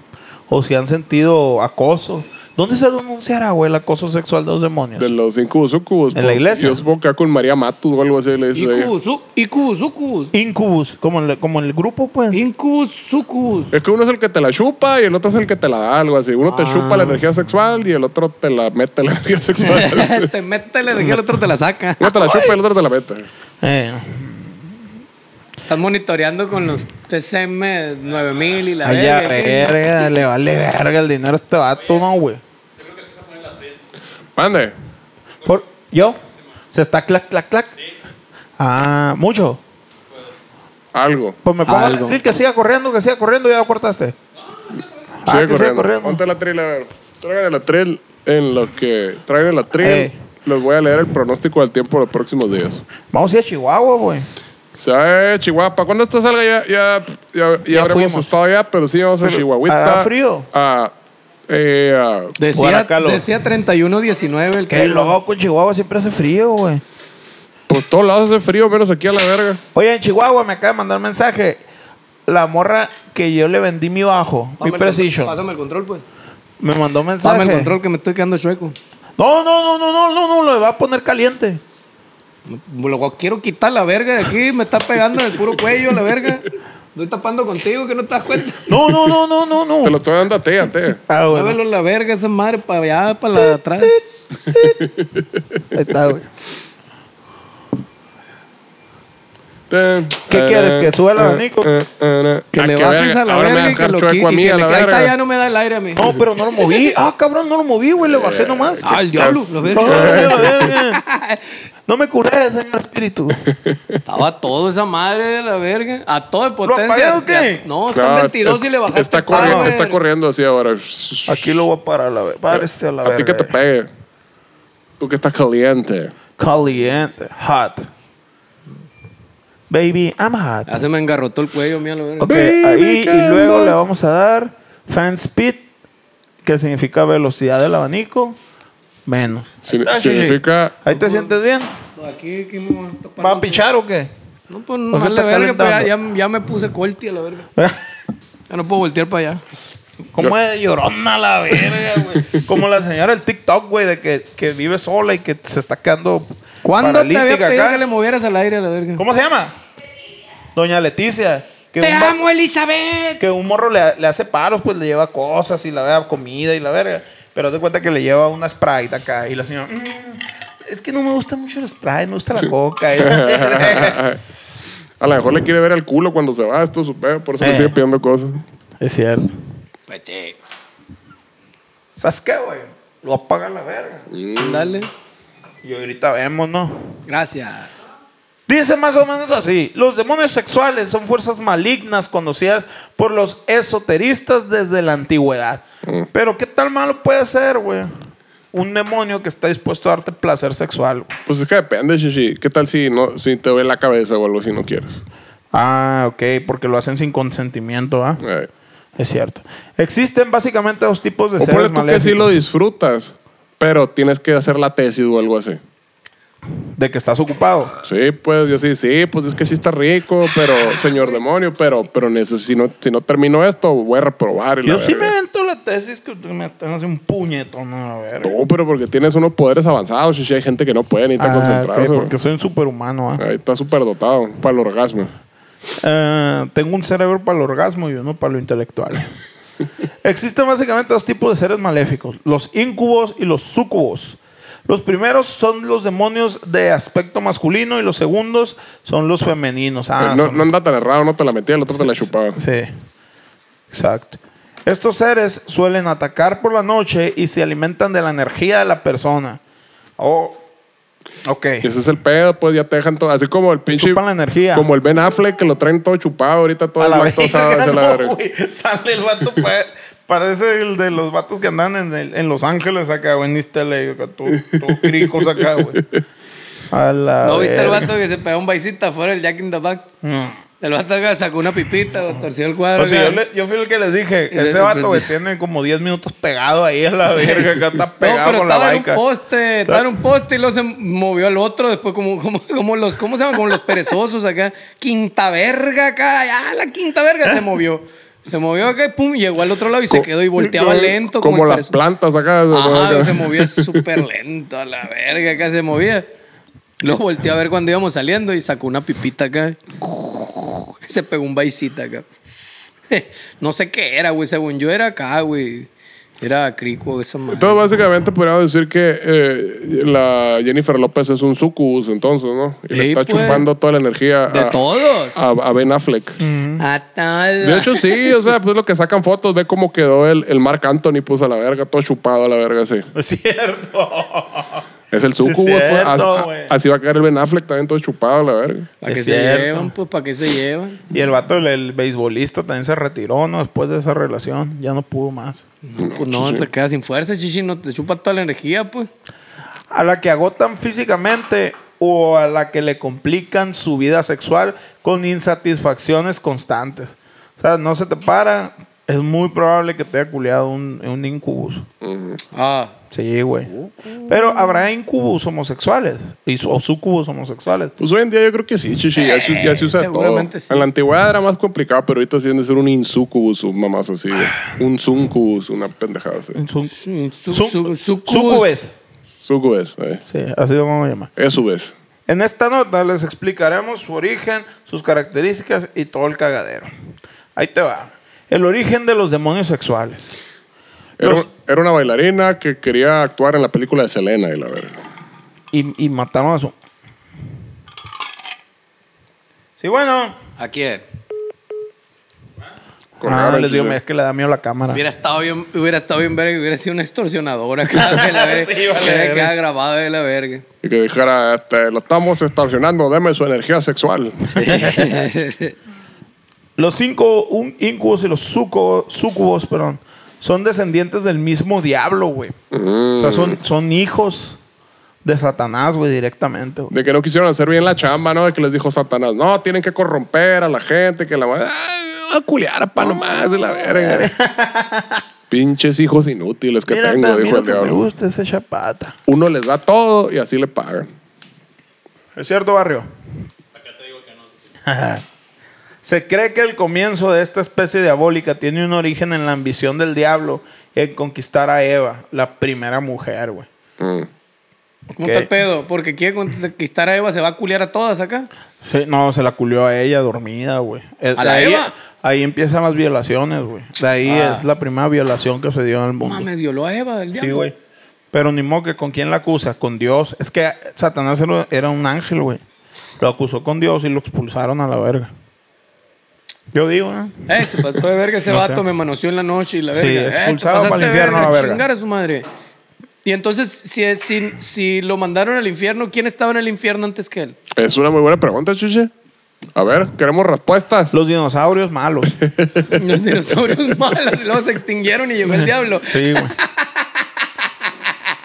Speaker 2: o si han sentido acoso? ¿Dónde se denunciará, güey, el acoso sexual de los demonios?
Speaker 1: De los incubus sucubus.
Speaker 2: ¿En la iglesia?
Speaker 1: Yo supongo que acá con María Matus o algo así. Le dice ella.
Speaker 3: Incubus, su- incubus, sucubus.
Speaker 2: Incubus, como el, como el grupo, pues.
Speaker 3: Incubus,
Speaker 1: <laughs>
Speaker 3: sucubus.
Speaker 1: Es que uno es el que te la chupa y el otro es el que te la da, algo así. Uno te
Speaker 3: Ah.
Speaker 1: chupa la energía sexual y el otro te la mete la <laughs> energía sexual.
Speaker 3: te mete la energía, el otro te la saca.
Speaker 1: uno te la chupa y el otro te la mete.
Speaker 2: Eh,
Speaker 3: Estás monitoreando con los PCM 9000 y la
Speaker 2: allá,
Speaker 3: verga.
Speaker 2: verga, le vale verga el dinero a este vato, no, güey.
Speaker 1: Mande.
Speaker 2: Por, ¿Yo? ¿Se está clac, clac, clac? Ah, mucho.
Speaker 1: Algo.
Speaker 2: Pues me pongo a
Speaker 3: Algo.
Speaker 2: decir que siga corriendo, que siga corriendo, ya lo cortaste. Ah,
Speaker 1: Sigue
Speaker 2: que siga
Speaker 1: corriendo. Ponte
Speaker 2: corriendo.
Speaker 1: la tril, a ver. Traigan el atril en lo que traigan el atril.
Speaker 2: Eh.
Speaker 1: Les voy a leer el pronóstico del tiempo los próximos días.
Speaker 2: Vamos a ir a Chihuahua, güey.
Speaker 1: O sea, eh, Chihuahua. Cuando esta salga ya, ya, ya, ya
Speaker 2: Ya
Speaker 1: habremos
Speaker 2: fuimos.
Speaker 1: estado allá, pero sí vamos a
Speaker 2: Pero,
Speaker 1: Chihuahuita.
Speaker 2: ¿hará frío?
Speaker 1: A, eh, a-
Speaker 3: Decía,
Speaker 2: Guaracalo.
Speaker 3: decía 31-19 el
Speaker 2: Qué
Speaker 3: que
Speaker 2: loco, en Chihuahua siempre hace frío, güey.
Speaker 1: por pues, todos lados hace frío, menos aquí a la verga.
Speaker 2: Oye, en Chihuahua me acaba de mandar mensaje. La morra que yo le vendí mi bajo, mi Precision,
Speaker 3: Pásame el control, pues.
Speaker 2: me mandó mensaje.
Speaker 3: Pásame el control que me estoy quedando chueco.
Speaker 2: No, no, no, no, no, no, no, lo va a poner caliente.
Speaker 3: Lo quiero quitar la verga de aquí, me está pegando de puro cuello la verga. Estoy tapando contigo que no te das cuenta.
Speaker 2: No, no, no,
Speaker 1: <laughs>
Speaker 2: no, no,
Speaker 1: Te lo
Speaker 2: no.
Speaker 1: estoy dando a ti, a ti.
Speaker 2: Ah, bueno.
Speaker 3: Muévelo la verga esa madre para allá, para la de atrás.
Speaker 2: Ahí está, güey.
Speaker 1: Ten.
Speaker 2: ¿Qué
Speaker 1: Eh,
Speaker 2: quieres, que suba el
Speaker 1: eh,
Speaker 2: abanico?
Speaker 1: eh, eh,
Speaker 3: Que
Speaker 1: ah,
Speaker 3: le
Speaker 1: qué
Speaker 3: bajes
Speaker 1: verga.
Speaker 3: a la
Speaker 1: Ahora me
Speaker 3: verga
Speaker 1: vas
Speaker 3: y
Speaker 1: a
Speaker 3: que
Speaker 1: dejar
Speaker 3: lo
Speaker 1: chueco a
Speaker 3: quites.
Speaker 1: mí,
Speaker 3: Y
Speaker 1: a
Speaker 3: que
Speaker 1: la
Speaker 3: ahí está, ya
Speaker 1: verga. Oh,
Speaker 3: no me da el aire a mí.
Speaker 2: No, pero no lo moví. Ah, cabrón, no lo moví, güey, le bajé nomás.
Speaker 3: Ah, el diablo, la
Speaker 2: No,
Speaker 3: verga.
Speaker 2: no, verga. no me curé, señor espíritu.
Speaker 3: Estaba todo esa madre de la verga. A todo de potencia.
Speaker 2: apagué o qué?
Speaker 3: No, está
Speaker 1: No,
Speaker 3: en
Speaker 1: es-
Speaker 3: 22
Speaker 1: es-
Speaker 3: y le bajaste. eh.
Speaker 1: Está
Speaker 3: power.
Speaker 1: corriendo, está corriendo así ahora.
Speaker 2: Aquí lo voy a parar a la verga. Párese a la
Speaker 1: A ti que te
Speaker 2: verga.
Speaker 1: pegue. Tú que estás caliente.
Speaker 2: Caliente, hot. Baby, I'm hot.
Speaker 3: Ya se me engarrotó el cuello, mía, la verga.
Speaker 2: Ok,
Speaker 1: Baby,
Speaker 2: ahí y
Speaker 1: come
Speaker 2: luego
Speaker 1: on.
Speaker 2: le vamos a dar fan speed, que significa velocidad del abanico, menos.
Speaker 1: Sin-
Speaker 2: Ahí está, Gigi.
Speaker 1: significa-
Speaker 2: Ahí te sientes bien.
Speaker 3: Aquí, aquí me voy a tapar.
Speaker 2: ¿Va a pichar o <laughs> qué?
Speaker 3: No, pues no,
Speaker 2: ¿Por qué
Speaker 3: vale
Speaker 2: está
Speaker 3: verga, pues, ya,
Speaker 2: calentando?
Speaker 3: ya- ya me puse corti a la verga. Ya no puedo voltear para allá.
Speaker 2: ¿Cómo es de llorona la verga, güey? Como la señora del TikTok, güey, de que, que vive sola y que se está quedando
Speaker 3: ¿Cuándo te había
Speaker 2: paralítica
Speaker 3: pedido
Speaker 2: acá.
Speaker 3: que le movieras al aire a la verga?
Speaker 2: ¿Cómo se llama? Doña Leticia. Que
Speaker 3: ¡Te
Speaker 2: un va-
Speaker 3: amo, Elizabeth!
Speaker 2: que un morro le, le hace paros, pues le lleva cosas y la da comida y la verga. Pero te cuenta que le lleva una Sprite acá y la señora, "Mm, es que no me gusta mucho el Sprite, me gusta la coca. Y la verga.
Speaker 1: A lo mejor le quiere ver el culo cuando se va, esto es su pedo, por eso le
Speaker 2: Eh.
Speaker 1: sigue pidiendo cosas.
Speaker 2: es cierto.
Speaker 3: Pues sí.
Speaker 2: ¿Sabes qué, güey? Lo apaga la verga.
Speaker 3: Dale.
Speaker 2: Y ahorita vemos, ¿no?
Speaker 3: Gracias.
Speaker 2: Dice más o menos así, los demonios sexuales son fuerzas malignas conocidas por los esoteristas desde la antigüedad.
Speaker 1: Mm.
Speaker 2: Pero ¿qué tan malo puede ser, güey? Un demonio que está dispuesto a darte placer sexual. güey.
Speaker 1: Pues es que depende, Shishi. ¿Qué tal si, no, si te duele la cabeza o algo si no quieres?
Speaker 2: Ah, ok, porque lo hacen sin consentimiento, ¿ah?
Speaker 1: Eh.
Speaker 2: Es cierto. Existen básicamente dos tipos de
Speaker 1: O ponle tú que
Speaker 2: seres
Speaker 1: sí lo
Speaker 2: maléficos.
Speaker 1: disfrutas, pero tienes que hacer la tesis o algo así.
Speaker 2: de que estás ocupado.
Speaker 1: Sí, pues yo sí, sí, pues es que sí está rico, pero señor demonio, pero, pero neces- si, no, si no termino esto, voy a reprobar. y la
Speaker 2: Yo sí me
Speaker 1: verga.
Speaker 2: invento la tesis que me están haciendo un puñetón a la verga.
Speaker 1: No, pero porque tienes unos poderes avanzados, Shishi. Hay gente que no Eh. puede ni está
Speaker 2: Ah,
Speaker 1: concentrado.
Speaker 2: ok, porque soy un superhumano, ¿ah?
Speaker 1: Ahí está súper dotado para el orgasmo.
Speaker 2: Eh, tengo un cerebro para el orgasmo y uno para
Speaker 1: <laughs>
Speaker 2: lo intelectual. Existen básicamente dos tipos de seres maléficos, los incubos y los sucubos. Los primeros son los demonios de aspecto masculino y los segundos son los femeninos. Ah,
Speaker 1: Eh, no,
Speaker 2: son-
Speaker 1: no anda tan errado, no te la metía, el otro te la chupaba.
Speaker 2: Sí, exacto. Estos seres suelen atacar por la noche y se alimentan de la energía de la persona. O Oh, Ok.
Speaker 1: Y ese es el pedo, pues ya te dejan todo. Así como el pinche.
Speaker 2: Chupan la energía.
Speaker 1: Como el Ben Affleck que lo traen todo chupado ahorita, todo
Speaker 2: A la
Speaker 1: lactosado,
Speaker 2: verga,
Speaker 1: hacia la
Speaker 2: no,
Speaker 1: verga.
Speaker 2: güey. Sale el vato, pa- parece el de los vatos que andan en, el- en Los Ángeles acá, güey, en East LA, acá, todos todos
Speaker 1: <laughs>
Speaker 2: cricos acá, güey. A la
Speaker 3: ¿No viste el
Speaker 2: verga.
Speaker 3: vato que se pegó un baisita afuera del Jack in the Back?
Speaker 2: No.
Speaker 3: El vato que sacó una pipita, o torció el cuadro.
Speaker 2: O sea,
Speaker 3: acá.
Speaker 2: Pues, yo, le- yo fui el que les dije,
Speaker 3: Y le-
Speaker 2: ese vato, güey, tiene como 10 minutos pegado ahí a
Speaker 3: <laughs>
Speaker 2: la verga, acá está
Speaker 3: no,
Speaker 2: pegado
Speaker 3: pero
Speaker 2: con la
Speaker 3: estaba en
Speaker 2: baica.
Speaker 3: un
Speaker 1: <laughs>
Speaker 3: poste, estaba en un poste y luego se movió al otro, después como, como, como los, ¿cómo se llaman? Como los perezosos acá. Quinta verga acá, ya la quinta verga se movió. Se movió acá y pum, llegó al otro lado y se quedó y volteaba lento.
Speaker 1: Como,
Speaker 3: el
Speaker 1: las
Speaker 3: perezoso.
Speaker 1: plantas acá.
Speaker 3: Ajá,
Speaker 1: acá.
Speaker 3: se movía súper lento a la verga, acá se movía. Lo volteé a ver cuando íbamos saliendo y sacó una pipita acá. Se pegó un baisita acá. <laughs> No sé qué era, güey. Según yo era acá, güey. Era crico esa madre.
Speaker 1: Entonces, básicamente podríamos decir que eh, la Jennifer López es un sucubus, entonces, ¿no? Y le
Speaker 3: Sí,
Speaker 1: está
Speaker 3: pues.
Speaker 1: chupando toda la energía
Speaker 3: De
Speaker 1: a,
Speaker 2: Ah.
Speaker 3: todos.
Speaker 1: a, a Ben Affleck.
Speaker 3: A tal.
Speaker 1: De hecho, sí, o sea, pues lo que sacan fotos, ve cómo quedó el, el Mark Anthony, pues a la verga, todo chupado a la verga, sí.
Speaker 2: <laughs> Es cierto.
Speaker 1: Es el
Speaker 2: Sí, es
Speaker 1: sucubus, pues,
Speaker 2: cierto,
Speaker 1: as- a-
Speaker 2: güey.
Speaker 1: así va a caer el Ben Affleck también todo chupado a la verga.
Speaker 3: ¿Para qué
Speaker 2: es
Speaker 3: se
Speaker 2: cierto.
Speaker 3: llevan? Pues, ¿para qué se llevan?
Speaker 2: Y el vato, el, el beisbolista, también se retiró, ¿no? Después de esa relación, ya no pudo más.
Speaker 3: No, pues no, te quedas sin fuerza, chichi. No te chupa toda la energía, pues.
Speaker 2: A la que agotan físicamente o a la que le complican su vida sexual con insatisfacciones constantes. O sea, no se te para, es muy probable que te haya culeado un, un incubus.
Speaker 3: Ah.
Speaker 2: Sí, güey. Pero habrá incubus homosexuales y, su- o sucubus homosexuales.
Speaker 1: Pues hoy en día yo creo que sí, chichi, ya, se- ya se usa todo.
Speaker 3: seguramente sí.
Speaker 1: En la antigüedad era más complicado, pero ahorita sí han de ser un insucubus, un mamás así, güey. un suncubus, una pendejada así.
Speaker 2: Su-
Speaker 3: Su,
Speaker 2: su-
Speaker 3: su- su-
Speaker 2: Sucubes.
Speaker 1: Sucubus, eh.
Speaker 2: Sí, así lo vamos a llamar.
Speaker 1: eso ves.
Speaker 2: En esta nota les explicaremos su origen, sus características y todo el cagadero. Ahí te va. El origen de los demonios sexuales.
Speaker 1: Era,
Speaker 2: Los-
Speaker 1: era una bailarina que quería actuar en la película de Selena y la verga.
Speaker 2: Y, y mataron a su... Sí, bueno.
Speaker 3: ¿A quién?
Speaker 1: Colgaron
Speaker 2: Ah,
Speaker 1: el
Speaker 2: les digo,
Speaker 1: chile.
Speaker 2: mira, es que le da miedo la cámara.
Speaker 3: Hubiera estado bien, hubiera estado bien verga, que hubiera sido una
Speaker 2: <laughs>
Speaker 3: extorsionadora cada vez la verga.
Speaker 2: Sí, vale,
Speaker 3: Que
Speaker 2: verga.
Speaker 3: queda grabado de la verga.
Speaker 1: Y que dijera, este, lo estamos extorsionando, deme su energía sexual.
Speaker 2: Los cinco un- incubos y los suco- sucubos, perdón, son descendientes del mismo diablo, güey. O sea, son, son hijos de Satanás, güey, directamente. güey.
Speaker 1: De que no quisieron hacer bien la chamba, ¿no? De que les dijo Satanás, no, tienen que corromper a la gente, que la madre, "Ay, a culiar a pa' nomás, y la verga. <laughs> Pinches hijos inútiles que
Speaker 2: Mira,
Speaker 1: tengo,
Speaker 2: a mí
Speaker 1: dijo
Speaker 2: lo
Speaker 1: el
Speaker 2: que me
Speaker 1: diablo.
Speaker 2: gusta es esa chapata.
Speaker 1: Uno les da todo y así le pagan.
Speaker 2: ¿Es cierto, barrio? Acá te digo que no. <laughs> Se cree que el comienzo de esta especie diabólica tiene un origen en la ambición del diablo en conquistar a Eva, la primera mujer, güey.
Speaker 1: Mm.
Speaker 3: ¿Cómo
Speaker 2: Ok.
Speaker 3: está el pedo? Porque quiere conquistar a Eva, se va a culiar a todas acá.
Speaker 2: Sí, no, se la culió a ella dormida, güey. Es-
Speaker 3: ¿A la
Speaker 2: ahí,
Speaker 3: Eva? Ah.
Speaker 2: ahí empiezan las violaciones, güey. De ahí es la primera violación que se dio en el mundo.
Speaker 3: Mames, violó a Eva el
Speaker 2: Sí,
Speaker 3: diablo.
Speaker 2: güey. Pero ni modo que con quién la acusa, con Dios. Es que Satanás era- era un ángel, güey. Lo acusó con Dios y lo expulsaron a la verga. Yo digo, ¿no?
Speaker 3: Eh, se pasó de verga ese
Speaker 2: No sé.
Speaker 3: vato, me manoseó en la noche y la
Speaker 2: Sí,
Speaker 3: verga. Eh, te
Speaker 2: expulsado
Speaker 3: pasaste
Speaker 2: pa'l
Speaker 3: de
Speaker 2: infierno, la verga.
Speaker 3: Chingar a su madre. Y entonces, si, es- si, si lo mandaron al infierno, ¿quién estaba en el infierno antes que él? <laughs>
Speaker 1: Es una muy buena pregunta, Chuche. A ver, queremos
Speaker 2: <laughs>
Speaker 1: respuestas.
Speaker 2: Los dinosaurios malos.
Speaker 3: Los dinosaurios malos, y luego se extinguieron y llegó el diablo.
Speaker 2: <laughs>
Speaker 1: <laughs>
Speaker 2: Sí, güey.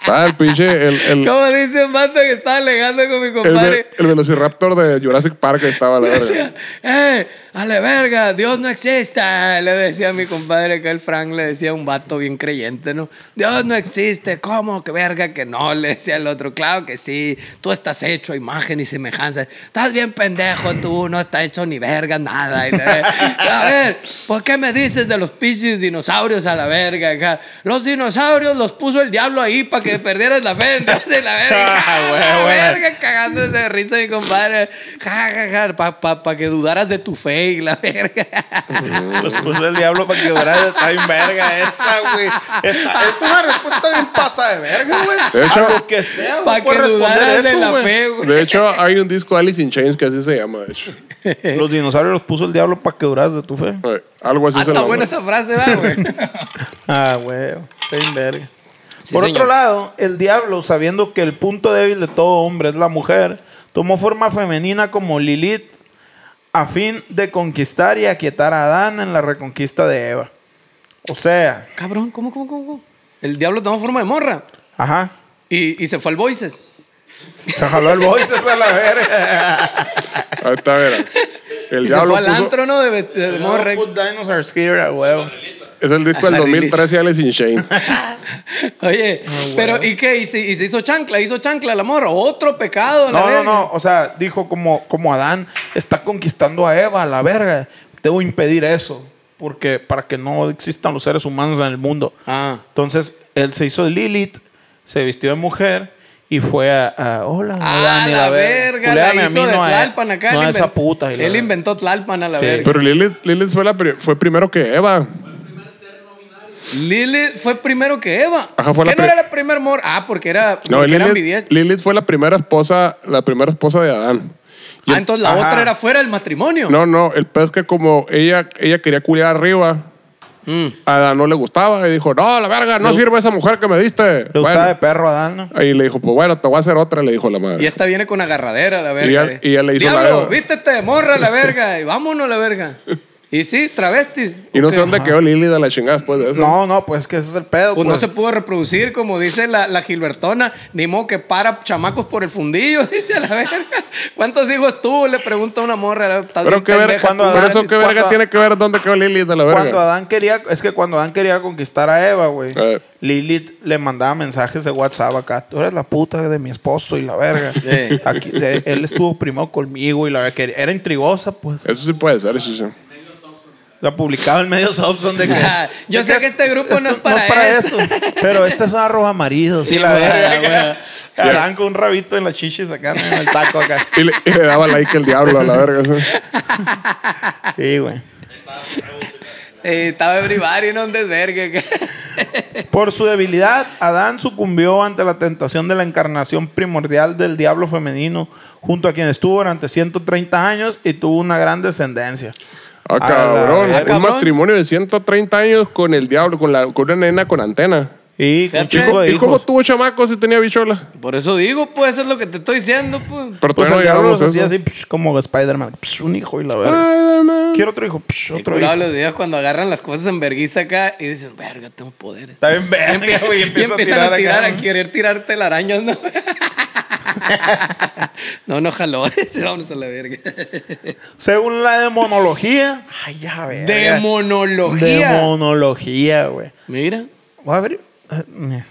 Speaker 1: Ah, el pinche, el, el,
Speaker 3: Como dice el vato que estaba alegando con mi
Speaker 1: el,
Speaker 3: compadre.
Speaker 1: ve- el velociraptor de Jurassic Park ahí estaba la
Speaker 3: Le
Speaker 1: verga.
Speaker 3: decía, <laughs> ¡eh! ¡A la verga! ¡Dios no existe! <laughs> Le decía a mi compadre que el Frank le decía a un vato bien creyente, ¿no? Dios no existe, ¿cómo? que verga que no? <laughs> Le decía el otro, claro que sí, tú estás hecho a imagen y semejanza. Estás bien pendejo tú, no estás hecho ni verga, nada. Y le- <laughs> a ver, ¿por qué me dices de los pinches dinosaurios a la verga? acá? Los dinosaurios los puso el diablo ahí para que perdieras la fe. <laughs> De la verga.
Speaker 2: Ah,
Speaker 3: La <laughs>
Speaker 2: güey, güey.
Speaker 3: verga verga, cagándose de risa mi compadre. Ja, ja, ja, pa, pa, pa que dudaras de tu fe y la verga.
Speaker 2: Los puso el diablo para que durara. Está bien verga esa, güey. Está- es una respuesta bien pasa de verga, güey.
Speaker 1: De hecho-
Speaker 2: a lo que sea,
Speaker 3: Para
Speaker 2: güey.
Speaker 3: que
Speaker 2: Puedes responder
Speaker 3: dudaras de
Speaker 2: eso,
Speaker 3: la
Speaker 2: güey.
Speaker 3: fe, güey.
Speaker 1: De hecho, hay un disco de Alice in Chains que así se llama, de hecho.
Speaker 2: Los dinosaurios los puso el diablo para que duraras de
Speaker 1: <laughs>
Speaker 2: tu fe.
Speaker 1: Eh, Algo así
Speaker 3: Ah,
Speaker 1: se
Speaker 3: está
Speaker 1: llama.
Speaker 2: <laughs>
Speaker 3: buena esa frase, ¿verdad, güey?
Speaker 2: Ah, güey. Está bien verga.
Speaker 3: Sí,
Speaker 2: Por
Speaker 3: señor.
Speaker 2: otro lado, el diablo, sabiendo que el punto débil de todo hombre es la mujer, tomó forma femenina como Lilith a fin de conquistar y aquietar a Adán en la reconquista de Eva. O sea,
Speaker 3: Cabrón, ¿cómo, cómo, cómo? cómo? El diablo tomó forma de morra
Speaker 2: ajá,
Speaker 3: y, y se fue al Voices.
Speaker 2: se jaló el <laughs> voices a la verga.
Speaker 1: Ahí está,
Speaker 3: <laughs>
Speaker 1: mira. El
Speaker 3: y se
Speaker 1: diablo
Speaker 3: fue al
Speaker 1: puso-
Speaker 3: antro, ¿no? De, de, de morra.
Speaker 2: Put dinosaurs here, a huevo.
Speaker 1: Es el disco del
Speaker 3: La
Speaker 1: 2013 Alice in
Speaker 3: <laughs>
Speaker 1: Chains.
Speaker 3: Oye,
Speaker 2: Ah,
Speaker 3: pero ¿y qué? ¿Y se, y se hizo chancla, hizo chancla la morra. Otro pecado. la
Speaker 2: No, no,
Speaker 3: verga.
Speaker 2: no. O sea, dijo como, como Adán está conquistando a Eva, a la verga. Debo impedir eso. Porque para que no existan los seres humanos en el mundo.
Speaker 3: Ah.
Speaker 2: Entonces, él se hizo de Lilith, se vistió de mujer y fue a. a- hola,
Speaker 3: Ah,
Speaker 2: Adán, y
Speaker 3: la verga, la
Speaker 2: Culéame a
Speaker 3: hizo
Speaker 2: mí,
Speaker 3: de
Speaker 2: no a-
Speaker 3: Tlalpan acá.
Speaker 2: No
Speaker 3: él
Speaker 2: a esa
Speaker 3: inventó-
Speaker 2: puta. y la
Speaker 3: Él
Speaker 2: verga.
Speaker 3: inventó Tlalpan a la
Speaker 2: Sí.
Speaker 3: verga.
Speaker 1: Pero Lilith, Lilith fue, la pri- fue primero que Eva.
Speaker 3: Lilith fue primero que Eva.
Speaker 1: Ajá, fue
Speaker 3: ¿Qué
Speaker 1: la
Speaker 3: no
Speaker 1: pri-
Speaker 3: era la primer morra? Ah, porque era
Speaker 1: No,
Speaker 3: porque era
Speaker 1: Lilith,
Speaker 3: ambidiestra.
Speaker 1: Lilith fue la primera esposa, la primera esposa de Adán. Y
Speaker 3: Ah,
Speaker 1: el-
Speaker 3: entonces la
Speaker 2: Ajá.
Speaker 3: otra era fuera del matrimonio.
Speaker 1: No, no, el pez que como ella, ella quería culiar arriba,
Speaker 3: Mm.
Speaker 1: a Adán no le gustaba y dijo, no, la verga, no sirve esa mujer que me diste.
Speaker 2: Le
Speaker 1: Bueno,
Speaker 2: gustaba de perro a Adán, ¿no?
Speaker 1: Ahí le dijo, pues bueno, te voy a hacer otra, le dijo la madre.
Speaker 3: Y esta viene con agarradera, la verga.
Speaker 1: Y ya- y ya le hizo la
Speaker 3: Diablo,
Speaker 1: Eva.
Speaker 3: vístete de morra, la verga. Y vámonos, la verga. Y sí, travestis.
Speaker 1: <laughs> Y no
Speaker 3: Ok.
Speaker 1: sé dónde quedó Lilith a la chingada después de eso.
Speaker 2: No, no, pues que ese es el pedo.
Speaker 3: Pues no
Speaker 2: pues.
Speaker 3: se pudo reproducir, como dice la, la Gilbertona, ni modo que para chamacos por el fundillo, <laughs> dice la verga. ¿Cuántos hijos tuvo? Le pregunta una morra. "Estás
Speaker 1: Pero
Speaker 3: bien
Speaker 1: qué verga,
Speaker 3: pendeja,
Speaker 2: cuando
Speaker 3: tú,
Speaker 1: por
Speaker 2: Adán-
Speaker 1: eso qué verga
Speaker 2: cuando-
Speaker 1: tiene que ver dónde quedó Lilith a la verga.
Speaker 2: Cuando Adán quería, es que cuando Adán quería conquistar a Eva, güey,
Speaker 1: Eh.
Speaker 2: Lilith le mandaba mensajes de WhatsApp acá. Tú eres la puta de mi esposo y la verga.
Speaker 3: <laughs> Sí.
Speaker 2: Aquí, de- él estuvo primero conmigo y la verga. que Era intrigosa, pues.
Speaker 1: Eso sí puede ser, sí, sí.
Speaker 2: La publicaba en medios Hobson de que.
Speaker 3: <laughs> Ah, yo
Speaker 2: de
Speaker 3: sé que
Speaker 2: es-
Speaker 3: este grupo no es para Ah, esto.
Speaker 2: pero este es un arroba marido, sí, la
Speaker 3: <laughs> güey,
Speaker 2: verga.
Speaker 3: güey.
Speaker 2: que Adán con un rabito en las chichis acá, en el taco acá.
Speaker 1: Y le, y le daba like el diablo a la verga. sí.
Speaker 2: Sí, güey.
Speaker 3: Eh, estaba everybody, no un desvergue.
Speaker 2: Por su debilidad, Adán sucumbió ante la tentación de la encarnación primordial del diablo femenino, junto a quien estuvo durante 130 años y tuvo una gran descendencia.
Speaker 1: Ah,
Speaker 2: A la
Speaker 1: cabrón.
Speaker 2: verga.
Speaker 1: Un
Speaker 3: Cabrón.
Speaker 1: matrimonio de 130 años con el diablo, con, la, con una nena con antena.
Speaker 2: Y un
Speaker 3: Fíjate.
Speaker 2: chico de
Speaker 1: ¿Y cómo
Speaker 2: hijos. Pues
Speaker 1: tuvo chamaco si tenía bichola?
Speaker 3: <laughs> Por eso digo, pues, eso es lo que te estoy diciendo, pues.
Speaker 1: Pero
Speaker 2: Pues
Speaker 1: todavía
Speaker 2: el
Speaker 1: no
Speaker 2: diablo
Speaker 1: llegamos
Speaker 2: se
Speaker 1: a
Speaker 2: hacía
Speaker 1: eso.
Speaker 2: así, psh, como Spider-Man. psh, un hijo y la verga.
Speaker 1: Spider-Man.
Speaker 2: Quiero otro hijo, psh,
Speaker 3: Qué
Speaker 2: otro
Speaker 3: curado
Speaker 2: hijo.
Speaker 3: los días cuando agarran las cosas en verguiza acá y dicen, verga, tengo poderes.
Speaker 2: Está bien verga,
Speaker 1: <laughs>
Speaker 2: güey.
Speaker 3: <laughs> y
Speaker 2: Empieza a
Speaker 3: empiezan
Speaker 2: tirar,
Speaker 3: a tirar,
Speaker 2: acá,
Speaker 3: a
Speaker 2: ¿no?
Speaker 3: querer tirarte arañas, ¿no? <laughs> no, no jaló. <laughs> Dice, Vámonos a la verga.
Speaker 2: Según la demonología. Ay, ya verga.
Speaker 3: Demonología.
Speaker 2: Demonología, güey.
Speaker 3: Mira.
Speaker 2: Voy a abrir. eh,
Speaker 1: <laughs>
Speaker 2: mira.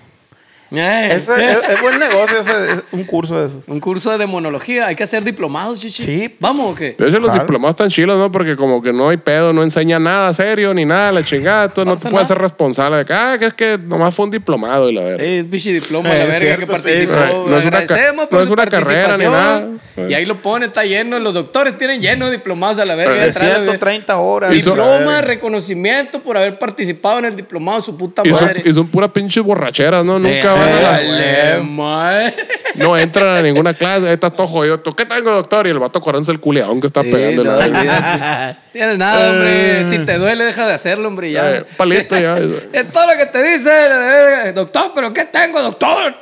Speaker 3: Ay.
Speaker 2: Ese- es, es buen negocio, ese, es un curso de esos.
Speaker 3: eh, Un curso de demonología. Hay que hacer diplomados, chichi.
Speaker 2: Sí.
Speaker 3: ¿Vamos o qué?
Speaker 1: De hecho, los
Speaker 2: Claro.
Speaker 1: diplomados están chilos, ¿no? Porque como que no hay pedo, no enseña nada serio ni nada, la chingada. Tú
Speaker 3: No
Speaker 1: no,
Speaker 3: hace
Speaker 1: te puedes
Speaker 3: nada.
Speaker 1: ser responsable de que, ah, que es que nomás fue un diplomado y la verga.
Speaker 3: Eh, Es bichi diploma,
Speaker 2: Eh,
Speaker 3: la
Speaker 2: es
Speaker 3: verga
Speaker 2: cierto,
Speaker 3: que
Speaker 2: sí,
Speaker 3: participó.
Speaker 1: sí. No es una ca-
Speaker 3: Agradecemos por
Speaker 1: no es
Speaker 3: su
Speaker 1: una carrera ni
Speaker 3: participación.
Speaker 1: nada.
Speaker 3: Y ahí lo pone, está lleno. Los doctores tienen lleno de diplomados a la verga.
Speaker 2: De
Speaker 3: Atrás la verga.
Speaker 2: 130 horas.
Speaker 1: Y son-
Speaker 2: la
Speaker 3: Diploma,
Speaker 2: verga.
Speaker 3: reconocimiento por haber participado en el diplomado, su puta
Speaker 1: Y son,
Speaker 3: madre.
Speaker 1: y son puras pinches borracheras, ¿no? Nunca
Speaker 3: Eh,
Speaker 1: van a la-
Speaker 3: eh,
Speaker 1: <laughs>
Speaker 2: la-
Speaker 3: madre.
Speaker 1: No entran a ninguna clase. Ahí está todo jodido. ¿Tú qué tengo, doctor? Y el vato corriendo el culeón que está
Speaker 3: Sí,
Speaker 1: pegando.
Speaker 3: no,
Speaker 1: la verga.
Speaker 3: olvídate. Tiene nada, hombre. Si te duele, deja de hacerlo, hombre. Ya.
Speaker 1: Eh, palito
Speaker 3: <laughs>
Speaker 1: ya.
Speaker 3: es todo lo que te dice, la verga. doctor, pero ¿qué tengo, doctor?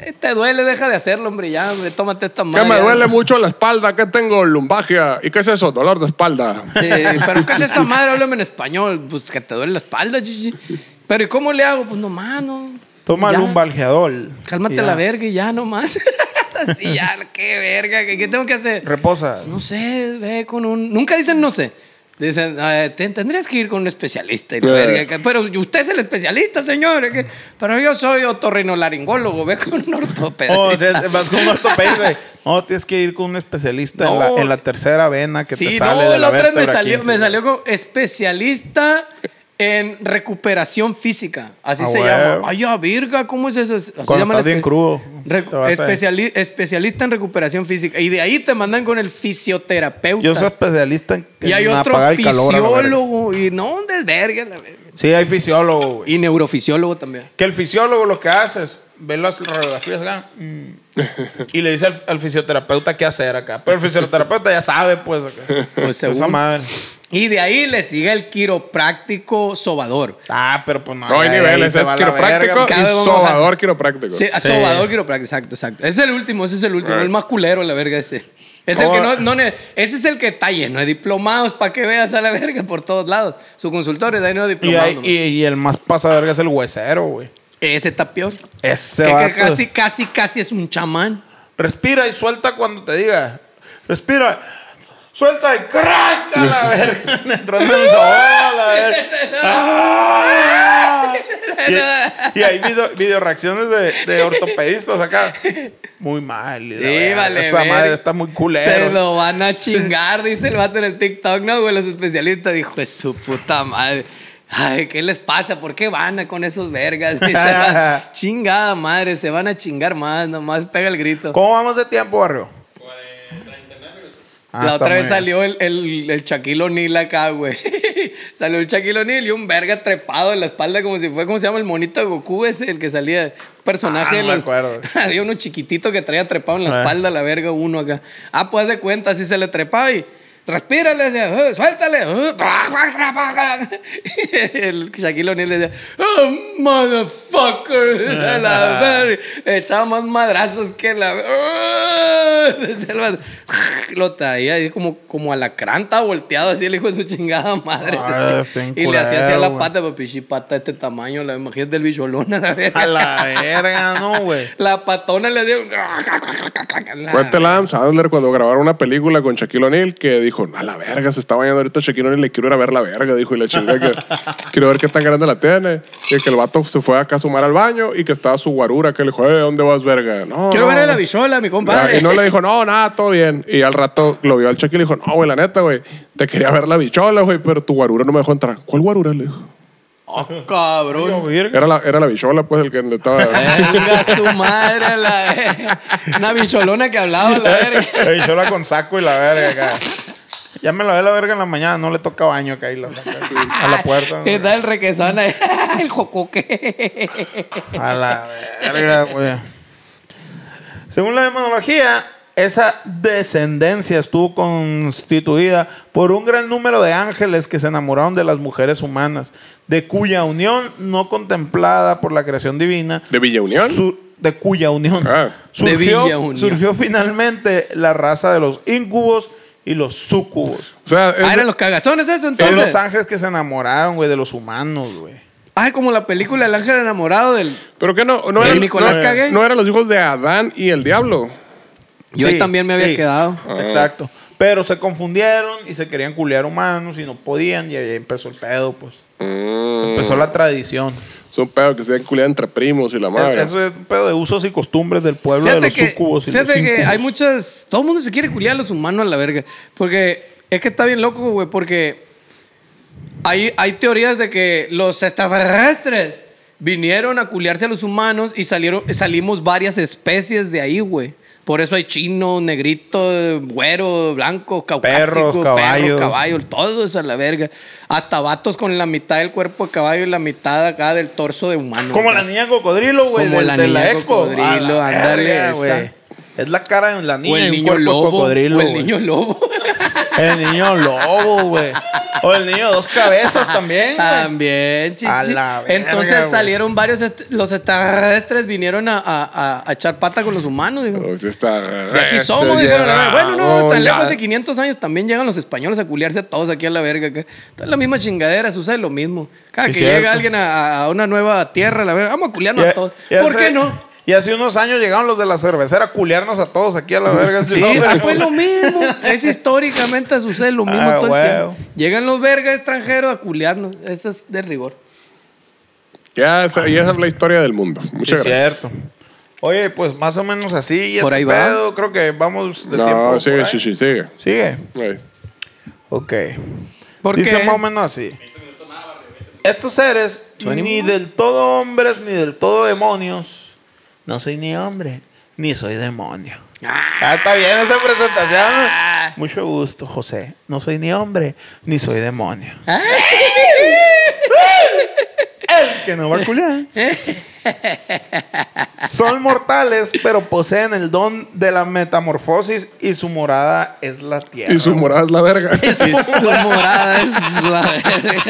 Speaker 3: Eh, Te duele, deja de hacerlo, hombre. Ya, hombre, tómate esta
Speaker 1: Que
Speaker 3: madre.
Speaker 1: me
Speaker 3: ya.
Speaker 1: duele mucho la espalda, que tengo lumbagia. ¿Y qué es eso? Dolor de espalda.
Speaker 3: Sí, pero ¿qué es esa madre? Háblame en español. Pues que te duele la espalda, chichi. Pero ¿y cómo le hago? Pues no, mano.
Speaker 2: Toma
Speaker 3: Ya.
Speaker 2: lumbalgeadol.
Speaker 3: Cálmate
Speaker 2: Y ya.
Speaker 3: la verga y ya nomás. <laughs> Así ya, qué verga, ¿qué, qué tengo que hacer?
Speaker 2: Reposa.
Speaker 3: No sé, ve con un. Nunca dicen no sé. Dicen, "Eh, te- tendrías que ir con un especialista. Y la
Speaker 1: Eh.
Speaker 3: verga, que- pero usted es el especialista, señor. que- Pero yo soy otorrinolaringólogo, ve con un ortopedista.
Speaker 2: <laughs> Oh, o sea, vas con un ortopedista. güey. No, tienes que ir con un especialista en,
Speaker 3: No.
Speaker 2: la, en la tercera vena que
Speaker 3: sí,
Speaker 2: te sale
Speaker 3: no,
Speaker 2: de la,
Speaker 3: la otra vez me
Speaker 2: vértebra
Speaker 3: salió,
Speaker 2: 15,
Speaker 3: me
Speaker 2: güey.
Speaker 3: salió como especialista en recuperación física. Así
Speaker 2: Ah,
Speaker 3: se
Speaker 2: güey.
Speaker 3: llama. Ay, ya, virga, ¿cómo es eso? Así
Speaker 2: Cuando
Speaker 3: llaman
Speaker 2: estás bien
Speaker 3: espe-
Speaker 2: crudo,
Speaker 3: recu-
Speaker 2: te vas a-
Speaker 3: especiali- especialista en recuperación física. Y de ahí te mandan con el fisioterapeuta.
Speaker 2: Yo soy especialista en,
Speaker 3: y hay
Speaker 2: en
Speaker 3: otro
Speaker 2: apagar el calor. a la verga.
Speaker 3: fisiólogo. Y no, un desvergue, la verga.
Speaker 2: Sí, hay fisiólogo, güey.
Speaker 3: Y
Speaker 2: <laughs>
Speaker 3: neurofisiólogo también.
Speaker 2: Que el fisiólogo lo que hace es ver las radiografías acá mm, y le dice al, al fisioterapeuta qué hacer acá. Pero el fisioterapeuta ya sabe, pues, acá.
Speaker 3: Pues
Speaker 2: Esa
Speaker 3: según.
Speaker 2: madre.
Speaker 3: Y de ahí le sigue el quiropráctico sobador.
Speaker 2: Ah, pero pues no.
Speaker 1: No hay
Speaker 2: ahí
Speaker 1: niveles,
Speaker 2: se
Speaker 1: es
Speaker 2: va la
Speaker 1: quiropráctico
Speaker 2: verga. pues.
Speaker 3: Cada
Speaker 1: y
Speaker 3: vez vamos a-
Speaker 1: sobador quiropráctico.
Speaker 3: Sí, a
Speaker 2: Sí.
Speaker 3: sobador quiropráctico, exacto, exacto. Ese es el último, ese es el último,
Speaker 1: Right.
Speaker 3: el más culero, la verga ese. Es el
Speaker 2: Oh.
Speaker 3: que no, no ne- ese es el que está lleno de diplomados para que veas a la verga por todos lados. Su consultorio está lleno de
Speaker 2: Y,
Speaker 3: diplomados.
Speaker 2: ahí-
Speaker 3: nomás.
Speaker 2: y, y el más pasaverga es el huesero, güey.
Speaker 3: Ese está peor.
Speaker 2: Ese
Speaker 3: Que, que
Speaker 2: vato.
Speaker 3: casi, casi, casi es un chamán.
Speaker 2: Respira y suelta cuando te diga. Respira. Suelta y crack a la verga. <laughs> Entró en el no, a la verga.
Speaker 3: <laughs>
Speaker 2: ¡Ah! Y, y hay video, video reacciones de, de ortopedistas acá. Muy mal. y la
Speaker 3: Sí,
Speaker 2: verga.
Speaker 3: vale,
Speaker 2: Esa
Speaker 3: verga.
Speaker 2: madre está muy
Speaker 3: Se
Speaker 2: culero.
Speaker 3: lo van a chingar, dice el vato en el TikTok, ¿no, güey? Los especialistas, dijo, es su puta madre. Ay, ¿qué les pasa? ¿Por qué van a con esos vergas? <laughs> Dice, "Va- Chingada madre, se van a chingar más, nomás pega el grito.
Speaker 2: ¿Cómo vamos de tiempo, barrio? Ah,
Speaker 3: la
Speaker 2: está
Speaker 3: otra
Speaker 2: muy
Speaker 3: vez
Speaker 2: bien.
Speaker 3: salió el, el, el Shaquille O'Neal acá, güey. <laughs> salió el Shaquille O'Neal y un verga trepado en la espalda como si fue, ¿cómo se llama? El monito de Goku ese, el que salía. Un personaje
Speaker 2: Ah,
Speaker 3: de
Speaker 2: no me
Speaker 3: los-
Speaker 2: acuerdo.
Speaker 3: <laughs> Había uno chiquitito que traía trepado en la
Speaker 2: Ah.
Speaker 3: espalda la verga uno acá. Ah, pues haz de cuenta, así se le trepaba y... Respírale, decía, "Eh, suéltale. eh, bra, bra, bra, <laughs> bra". el Shaquille O'Neal decía, oh, motherfucker.
Speaker 2: Ah. <laughs>
Speaker 3: a la verga. Echaba más madrazos que la. <laughs> Decía el vato. Lo traía ahí como, como alacrán, estaba volteado así el hijo de su chingada madre.
Speaker 2: Ah, está en
Speaker 3: <laughs> y le hacía así a
Speaker 2: culero,
Speaker 3: la
Speaker 2: güey.
Speaker 3: pata, papi, sí, pata de este tamaño, la imagen del bicholón a la verga.
Speaker 2: A la verga, no, güey.
Speaker 3: <laughs> La patona le
Speaker 2: <laughs>
Speaker 3: dio. Ah,
Speaker 1: Cuéntela a Adam Sandler cuando grabaron una película con Shaquille O'Neal que dijo, a la verga, se está bañando ahorita Shaquille O'Neal, le quiero ir a ver la verga, dijo, y la chingada
Speaker 3: <laughs>
Speaker 1: que quiero ver qué tan grande la tiene. Y que el vato se fue acá a sumar al baño y que estaba su guarura que le dijo, eh, ¿dónde vas, verga? No,
Speaker 3: Quiero
Speaker 1: no,
Speaker 3: ver a la
Speaker 1: no".
Speaker 3: bichola, mi
Speaker 1: Ah,
Speaker 3: compadre.
Speaker 1: Y no le dijo, no, nada, todo bien. Y al rato lo vio al Chucky y le dijo, no, güey, la neta, güey, te quería ver la bichola, güey, pero tu guarura no me dejó entrar. ¿Cuál guarura? Le dijo.
Speaker 3: Oh, cabrón.
Speaker 1: <laughs> Era la, era la bichola, pues, el que le
Speaker 3: <laughs>
Speaker 1: estaba...
Speaker 3: Venga su madre, la Una bicholona que hablaba, la
Speaker 1: <laughs>
Speaker 3: verga.
Speaker 2: Ey, yo la con saco y la verga acá. Ya me la ve la verga en la mañana, no le toca baño acá y la saca así, a la
Speaker 3: <laughs>
Speaker 2: puerta.
Speaker 3: ¿Qué tal el requesón ahí? El jocoque.
Speaker 2: A la verga, güey. Según la demonología, esa descendencia estuvo constituida por un gran número de ángeles que se enamoraron de las mujeres humanas, de cuya unión no contemplada por la creación divina.
Speaker 1: ¿De Villa Unión?
Speaker 2: su- de cuya unión.
Speaker 1: Ah.
Speaker 2: Surgió,
Speaker 3: De Villa Unión.
Speaker 2: surgió finalmente la raza de los incubos y los sucubos.
Speaker 1: O sea, es-
Speaker 3: Ah, eran los cagazones eso
Speaker 2: Son los
Speaker 3: entonces.
Speaker 2: ángeles que se enamoraron, güey, de los humanos, güey.
Speaker 3: Ay, como la película El ángel enamorado del.
Speaker 1: pero que no, no,
Speaker 3: ¿El
Speaker 1: eran,
Speaker 3: Nicolás
Speaker 1: no-
Speaker 3: Cagué?
Speaker 1: no eran los hijos de Adán y el diablo.
Speaker 3: Yo ahí también me había quedado.
Speaker 2: Ah. Exacto. Pero se confundieron y se querían culear humanos y no podían y ahí empezó el pedo, pues. Empezó la tradición. E-
Speaker 1: Es un pedo que se den culiada entre primos y la madre.
Speaker 2: Eh, Eso es un pedo de usos y costumbres del pueblo de
Speaker 3: Fíjate
Speaker 2: los sucubos y los
Speaker 3: fíjate que
Speaker 2: íncubos.
Speaker 3: hay muchas. Todo el mundo se quiere culiar a los humanos a la verga. Porque es que está bien loco, güey. Porque hay, hay teorías de que los extraterrestres vinieron a culiarse a los humanos y salieron, salimos varias especies de ahí, güey. Por eso hay chinos, negritos, güeros, blancos, caucásicos,
Speaker 2: Perros, caballos.
Speaker 3: caballos, todos a la verga. Hasta vatos con la mitad del cuerpo de caballo y la mitad acá del torso de humano.
Speaker 2: Como
Speaker 3: güey.
Speaker 2: la niña cocodrilo, güey,
Speaker 3: Como
Speaker 2: de,
Speaker 3: la
Speaker 2: de la
Speaker 3: niña
Speaker 2: expo.
Speaker 3: cocodrilo,
Speaker 2: A la
Speaker 3: ándale,
Speaker 2: verga,
Speaker 3: esa.
Speaker 2: güey. Es la cara de la niña
Speaker 3: O el
Speaker 2: y un
Speaker 3: niño
Speaker 2: cuerpo de
Speaker 3: lobo.
Speaker 2: cocodrilo.
Speaker 3: o el
Speaker 2: güey.
Speaker 3: niño lobo. <laughs>
Speaker 2: El niño lobo, güey. O el niño de dos cabezas <laughs> también.
Speaker 3: Ah,
Speaker 2: güey.
Speaker 3: También, chichi.
Speaker 2: A la verga,
Speaker 3: Entonces
Speaker 2: güey.
Speaker 3: salieron varios, est- los extraterrestres vinieron a, a- a- a echar pata con los humanos, dijo.
Speaker 1: Pues está-
Speaker 3: Y aquí somos,
Speaker 1: Este,
Speaker 3: dijeron, a la verga. Bueno, no, tan
Speaker 1: ya.
Speaker 3: lejos de 500 años también llegan los españoles a culiarse a todos aquí a la verga. acá. Entonces la misma chingadera, sucede lo mismo. Cada
Speaker 2: Sí,
Speaker 3: que
Speaker 2: cierto.
Speaker 3: llega alguien a, a una nueva tierra, a la verga, vamos a culiarnos
Speaker 2: Ya-
Speaker 3: a todos.
Speaker 2: ya
Speaker 3: ¿Por
Speaker 2: hace-
Speaker 3: qué no?
Speaker 2: Y hace unos años llegaron los de la cervecera a culiarnos a todos aquí a la verga.
Speaker 3: Sí, ah, pues lo mismo. Es históricamente sucede lo mismo
Speaker 2: Ah,
Speaker 3: todo el
Speaker 2: huevo.
Speaker 3: tiempo. Llegan los vergas extranjeros a culiarnos. Eso es de rigor.
Speaker 1: Ya esa, ya esa es la historia del mundo. Muchas
Speaker 2: Sí,
Speaker 1: gracias.
Speaker 2: cierto. Oye, pues más o menos así.
Speaker 3: Por
Speaker 2: este
Speaker 3: ahí va.
Speaker 2: pedo, Creo que vamos de tiempo.
Speaker 1: No,
Speaker 2: por
Speaker 1: sigue,
Speaker 2: ahí.
Speaker 1: Shishi, sigue.
Speaker 2: Sigue.
Speaker 1: Ahí.
Speaker 2: Ok.
Speaker 3: ¿Por
Speaker 2: Dice
Speaker 3: qué?
Speaker 2: más o menos así. Estos seres,
Speaker 3: ¿Son
Speaker 2: ni
Speaker 3: animales?
Speaker 2: del todo hombres ni del todo demonios. No soy ni hombre, ni soy demonio. Ah, está bien esa presentación.
Speaker 3: Ah.
Speaker 2: Mucho gusto, José. No
Speaker 3: Ah.
Speaker 2: soy ni hombre, ni soy demonio. <laughs> El que no va a culiar. Son mortales, pero poseen el don de la metamorfosis y su morada es la tierra.
Speaker 1: Y su morada es la
Speaker 2: <laughs>
Speaker 1: verga.
Speaker 3: Y su morada es la verga.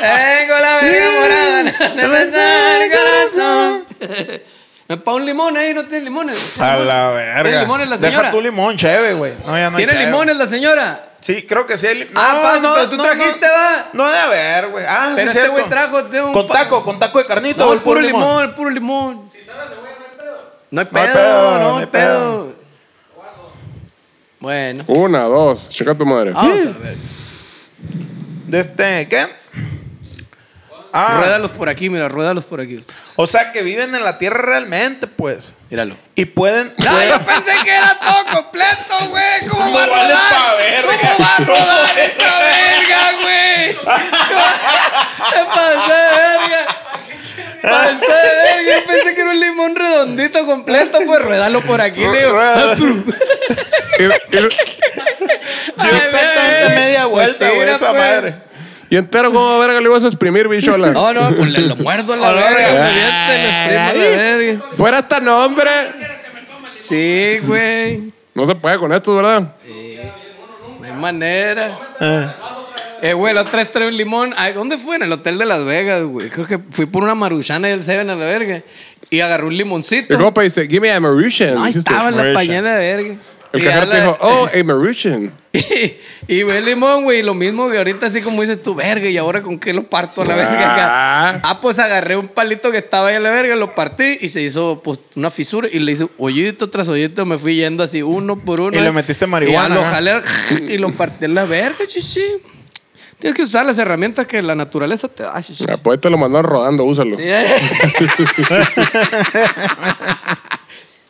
Speaker 3: Tengo la verga morada. No te pensar el corazón. Ah, Me pa' un limón ahí, no tiene limones.
Speaker 2: A la verga.
Speaker 3: ¿Tiene limones la señora?
Speaker 2: Deja tu limón, chévere, güey. No, ya no hay
Speaker 3: ¿Tiene
Speaker 2: cheve.
Speaker 3: limones la señora?
Speaker 2: Sí, creo que sí hay limón.
Speaker 3: Ah, pasa, pero tú trajiste, va.
Speaker 2: No de haber, güey. Ah, sí,
Speaker 3: Pero este
Speaker 2: cierto.
Speaker 3: güey trajo de un
Speaker 2: Con
Speaker 3: pa-
Speaker 2: taco, con taco de carnito.
Speaker 3: No,
Speaker 2: o
Speaker 3: el puro limón. el puro limón. Si sabe
Speaker 2: No hay
Speaker 3: cebolla,
Speaker 2: pedo,
Speaker 3: no hay pedo. No hay pedo, no hay pedo. Bueno,
Speaker 1: Una, dos. Checa tu madre.
Speaker 3: vamos a ver.
Speaker 2: De este, ¿qué? Ah,
Speaker 3: Ruédalos por aquí, mira, ruédalos por aquí.
Speaker 2: o sea que viven en la tierra realmente, pues.
Speaker 3: Míralo.
Speaker 2: Y pueden.
Speaker 3: No, yo pensé que era todo completo, güey. ¿Cómo
Speaker 2: No
Speaker 3: va a
Speaker 2: vale
Speaker 3: rodar?
Speaker 2: pa' verga. <laughs>
Speaker 3: ¿Cómo va a rodar esa verga, güey? <laughs> Me pasé de verga. Pasé de verga. Yo pensé que era un limón redondito completo. Pues ruédalo por aquí, le
Speaker 2: <laughs>
Speaker 3: digo.
Speaker 1: Y, y-
Speaker 3: Ay,
Speaker 2: exactamente
Speaker 3: güey.
Speaker 2: media vuelta,
Speaker 3: Pues
Speaker 2: güey,
Speaker 3: tira,
Speaker 2: esa
Speaker 3: pues.
Speaker 2: madre.
Speaker 1: y entero como verga le ibas a exprimir, bichola.
Speaker 3: No, no, pues le lo muerdo la
Speaker 2: A la
Speaker 3: verga.
Speaker 2: verga.
Speaker 3: me diente, le exprimo la verga.
Speaker 1: Fuera hasta nombre.
Speaker 3: Sí, güey.
Speaker 1: No se puede con esto, ¿verdad?
Speaker 3: No hay manera.
Speaker 2: Ah.
Speaker 3: Eh, güey, los tres trae un limón. Ay, ¿Dónde fue? En el hotel de Las Vegas, güey. Creo que fui por una maruchana del Seven a la verga. Y agarré un
Speaker 1: Y
Speaker 3: limoncito.
Speaker 1: el copa dice, give me a Mauritian.
Speaker 3: Ahí
Speaker 1: dijiste.
Speaker 3: estaba la
Speaker 2: Maruchan.
Speaker 3: pañera de verga.
Speaker 1: El
Speaker 3: Y ya
Speaker 1: cajero te
Speaker 3: la-
Speaker 1: dijo, oh, a Mauritian.
Speaker 3: y, y ve el limón, güey. y Lo mismo que ahorita, así como dices tú, verga. ¿Y ahora con qué lo parto a la verga?
Speaker 1: Ah.
Speaker 3: acá? Ah, pues agarré un palito que estaba ahí a la verga, lo partí y se hizo pues, una fisura. Y le hice hoyito tras hoyito. Me fui yendo así uno por uno.
Speaker 2: Y le
Speaker 3: eh.
Speaker 2: metiste
Speaker 3: Y
Speaker 2: marihuana,
Speaker 3: ya lo
Speaker 2: ¿no?
Speaker 3: jalé y lo partí a la verga, chichi. Tienes que usar las herramientas que la naturaleza te da, chichi.
Speaker 1: Ah, Pues te lo mandaron rodando, úsalo.
Speaker 3: Sí, eh. <laughs>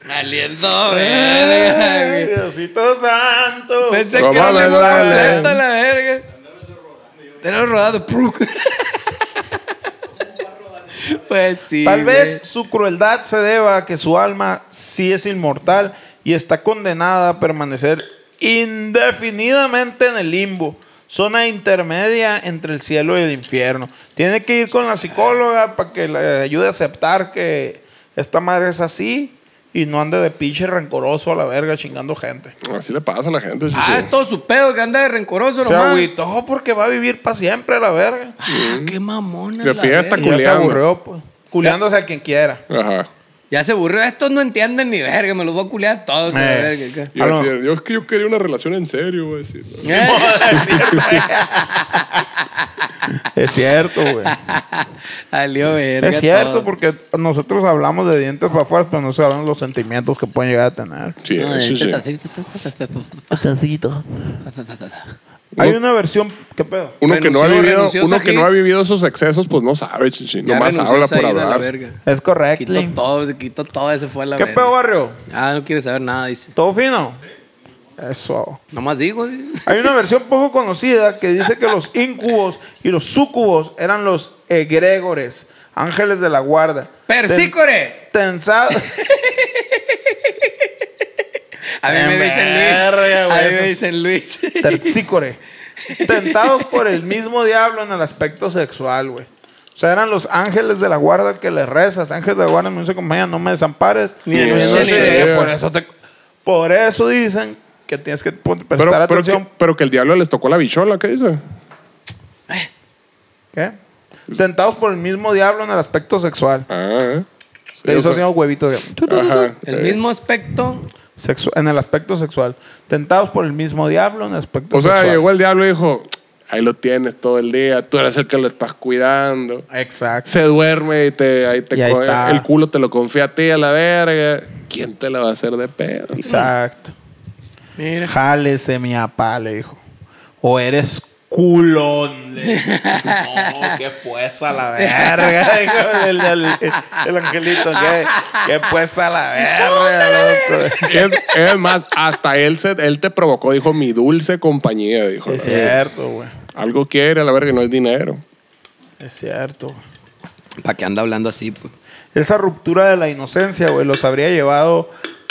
Speaker 3: Valiendo, verga,
Speaker 2: <laughs>
Speaker 3: güey.
Speaker 2: Ay, Diosito santo.
Speaker 3: Pensé
Speaker 1: No
Speaker 3: que era
Speaker 1: mames,
Speaker 3: una
Speaker 1: dale.
Speaker 3: completa la verga. Tenemos rodado. pruk. <laughs> pues sí.
Speaker 2: Tal
Speaker 3: güey.
Speaker 2: vez su crueldad se deba a que su alma sí es inmortal y está condenada a permanecer indefinidamente en el limbo, zona intermedia entre el cielo y el infierno. Tiene que ir con la psicóloga para que le ayude a aceptar que esta madre es así y no ande de pinche rencoroso a la verga chingando gente.
Speaker 1: Así le pasa a la gente. sí,
Speaker 3: Ah,
Speaker 1: sí.
Speaker 3: es todo su pedo que anda de rencoroso,
Speaker 2: Se
Speaker 3: nomás.
Speaker 2: agüitó porque va a vivir para siempre a la verga.
Speaker 3: Ah, qué mamona.
Speaker 1: De
Speaker 3: la
Speaker 1: fiesta,
Speaker 3: verga.
Speaker 2: Y ya se
Speaker 1: Culeando.
Speaker 2: aburrió, pues. Culeándose a quien quiera.
Speaker 1: Ajá.
Speaker 3: Ya se aburrió. Estos no entienden ni verga. Me los voy a culear a todos. a la
Speaker 2: Eh.
Speaker 3: verga, acá.
Speaker 1: Y va a
Speaker 2: Aló.
Speaker 1: decir, yo es que yo quería una relación en serio, voy a decir.
Speaker 3: Eh.
Speaker 2: Es cierto. es cierto, güey.
Speaker 3: Salió verga.
Speaker 2: Es cierto,
Speaker 3: todo.
Speaker 2: porque nosotros hablamos de dientes para afuera, pero no sabemos los sentimientos que pueden llegar a tener.
Speaker 1: Sí,
Speaker 3: Ay,
Speaker 1: sí, sí.
Speaker 2: <laughs> Hay una versión. ¿Qué pedo?
Speaker 1: Uno que no ha
Speaker 3: Renunció,
Speaker 1: vivido,
Speaker 3: renunció
Speaker 1: uno que
Speaker 3: Sajid.
Speaker 1: no ha vivido esos excesos, pues no sabe, chichi.
Speaker 3: Ya
Speaker 1: Nomás
Speaker 3: renunció
Speaker 1: habla
Speaker 3: Said
Speaker 1: por
Speaker 3: a la
Speaker 1: hablar.
Speaker 3: verga.
Speaker 2: Es correcto.
Speaker 3: Quitó todo, se quitó todo, se fue a la
Speaker 2: ¿Qué
Speaker 3: verga.
Speaker 2: pedo, barrio?
Speaker 3: Ah, no quiere saber nada, dice.
Speaker 2: ¿Todo fino? Eso.
Speaker 3: Nomás digo. sí.
Speaker 2: Hay una versión poco conocida que dice que los incubos y los sucubos eran los egregores, ángeles de la guarda.
Speaker 3: ¡Persícore!
Speaker 2: Tensados.
Speaker 3: A mí me dicen Luis.
Speaker 2: Verga, güey,
Speaker 3: A mí
Speaker 2: eso.
Speaker 3: me dicen Luis.
Speaker 2: Terpsícore. Tentados por el mismo diablo en el aspecto sexual, güey. O sea, eran los ángeles de la guarda que le rezas. Ángeles de la guarda, mi dulce compañía, no me desampares.
Speaker 3: Ni
Speaker 2: Y
Speaker 3: en
Speaker 2: no
Speaker 3: noche
Speaker 2: sé,
Speaker 3: ni de
Speaker 1: día.
Speaker 2: por, eso te- por eso dicen que tienes que pon- prestar
Speaker 1: Pero, pero,
Speaker 2: atención.
Speaker 1: que, pero que el diablo les tocó la bichola, ¿qué dice?
Speaker 2: ¿Qué? Tentados por el mismo diablo en el aspecto sexual.
Speaker 1: Ah, sí,
Speaker 2: Le hizo
Speaker 1: o
Speaker 2: así
Speaker 1: sea,
Speaker 2: unos huevitos. de- tu, tu, tu, tu.
Speaker 1: Ajá.
Speaker 3: El
Speaker 1: Eh,
Speaker 3: mismo aspecto.
Speaker 2: Sexu- en el aspecto sexual. Tentados por el mismo diablo en el aspecto
Speaker 1: O sea,
Speaker 2: sexual.
Speaker 1: llegó el diablo y dijo, ahí lo tienes todo el día, tú eres el que lo estás cuidando.
Speaker 2: Exacto.
Speaker 1: Se duerme y te, ahí te
Speaker 2: Y ahí
Speaker 1: co-
Speaker 2: está.
Speaker 1: el culo te lo confía a ti a la verga. ¿Quién te la va a hacer de pedo?
Speaker 2: Exacto.
Speaker 3: Mira.
Speaker 2: Jálese, mi apá, le dijo. O eres culón. Le dijo. no, qué pues a la verga. <laughs> dijo el, el- el angelito. Qué, qué pues a la verga. loco.
Speaker 1: Es, es más, hasta él, se, él te provocó, dijo, mi dulce compañía, dijo.
Speaker 2: Es cierto, güey.
Speaker 1: Algo quiere a la verga y no es dinero.
Speaker 2: Es cierto. güey.
Speaker 3: ¿Para qué anda hablando así? Pues?
Speaker 2: Esa ruptura de la inocencia, güey, los habría llevado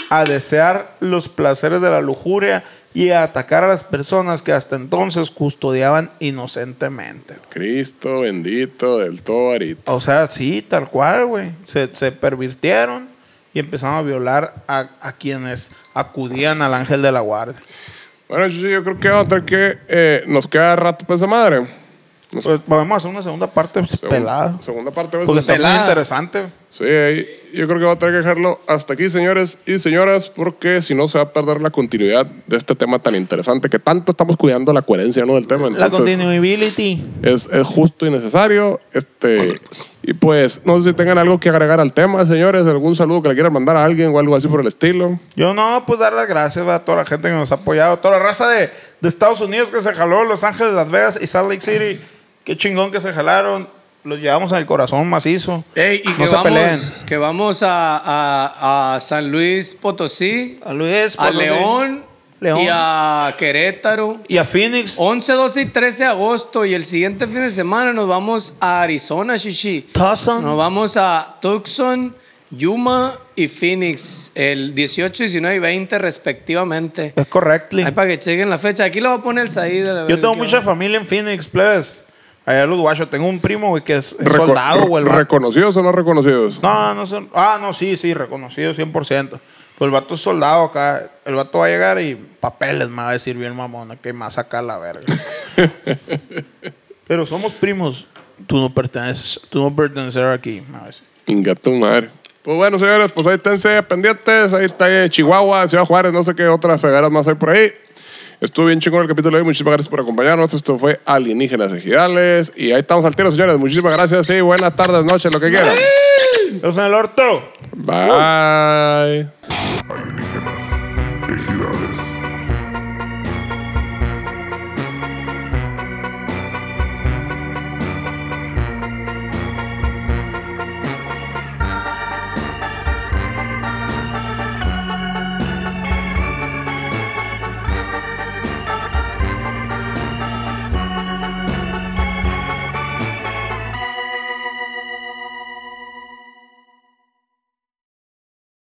Speaker 2: a desear los placeres de la lujuria y a atacar a las personas que hasta entonces custodiaban inocentemente.
Speaker 1: Cristo bendito del Tobarito.
Speaker 2: O sea, sí, tal cual, güey. Se, se pervirtieron y empezaron a violar a, a quienes acudían al ángel de la guardia.
Speaker 1: Bueno, Chuchi, yo creo que vamos a tener que. eh, nos queda rato para esa madre. Nos-
Speaker 2: Pues, podemos hacer una segunda parte pues,
Speaker 1: segun-
Speaker 2: pelada.
Speaker 1: Segunda parte. ¿ves?
Speaker 2: Porque está
Speaker 3: Pelada.
Speaker 2: muy interesante.
Speaker 1: Sí, ahí- yo creo que va a tener que dejarlo hasta aquí, señores y señoras, porque si no se va a perder la continuidad de este tema tan interesante que tanto estamos cuidando la coherencia ¿no? del tema.
Speaker 2: La
Speaker 1: Entonces,
Speaker 2: continuability.
Speaker 1: es, es justo y necesario. Este, y pues, no sé si tengan algo que agregar al tema, señores, algún saludo que le quieran mandar a alguien o algo así por el estilo.
Speaker 2: Yo no, pues dar las gracias ¿verdad? a toda la gente que nos ha apoyado, toda la raza de, de Estados Unidos que se jaló, Los Ángeles, Las Vegas y Salt Lake City. Qué chingón que se jalaron. Los llevamos en el corazón macizo.
Speaker 3: Ey, y
Speaker 2: no
Speaker 3: que,
Speaker 2: se peleen.
Speaker 3: vamos, que vamos a, a- a San Luis Potosí,
Speaker 2: A Luis,
Speaker 3: a
Speaker 2: Potosí,
Speaker 3: León,
Speaker 2: León.
Speaker 3: y a Querétaro.
Speaker 2: y a Phoenix.
Speaker 3: 11, 12 y 13 de agosto y el siguiente fin de semana nos vamos a Arizona, Shishi.
Speaker 2: Tucson.
Speaker 3: Nos vamos a Tucson, Yuma y Phoenix el 18, 19 y 20 respectivamente.
Speaker 2: Es correcto.
Speaker 3: Ahí para que chequen la fecha. Aquí lo va a poner el Said. a la
Speaker 2: Yo
Speaker 3: verga,
Speaker 2: tengo
Speaker 3: que
Speaker 2: mucha
Speaker 3: va.
Speaker 2: familia en Phoenix, plebes. Allá en los guachos. Tengo un primo, güey, que es es
Speaker 1: Reco-
Speaker 2: soldado, güey. el vato.
Speaker 1: ¿Reconocidos o no reconocidos?
Speaker 2: No, no son. Ah, no, sí, sí, reconocido 100%. Pues el vato es soldado acá. El vato va a llegar y papeles me va a decir bien mamona que me va a sacar
Speaker 1: <laughs>
Speaker 2: la verga. Pero somos primos. Tú no perteneces, tú no pertenecer aquí. me va a decir.
Speaker 1: Inga tu madre. Pues bueno, señores, pues ahí esténse pendientes. Ahí está eh, Chihuahua, Ciudad Juárez, no sé qué otras fegaras más hay por ahí. Estuvo bien chingón el capítulo de hoy. Muchísimas gracias por acompañarnos. Esto fue Alienígenas Ejidales. Y ahí estamos al tiro, señores. Muchísimas gracias. Sí, buenas tardes, noches, lo que quieran.
Speaker 2: Yo soy el orto.
Speaker 1: Bye.
Speaker 5: Alienígenas, tejidas.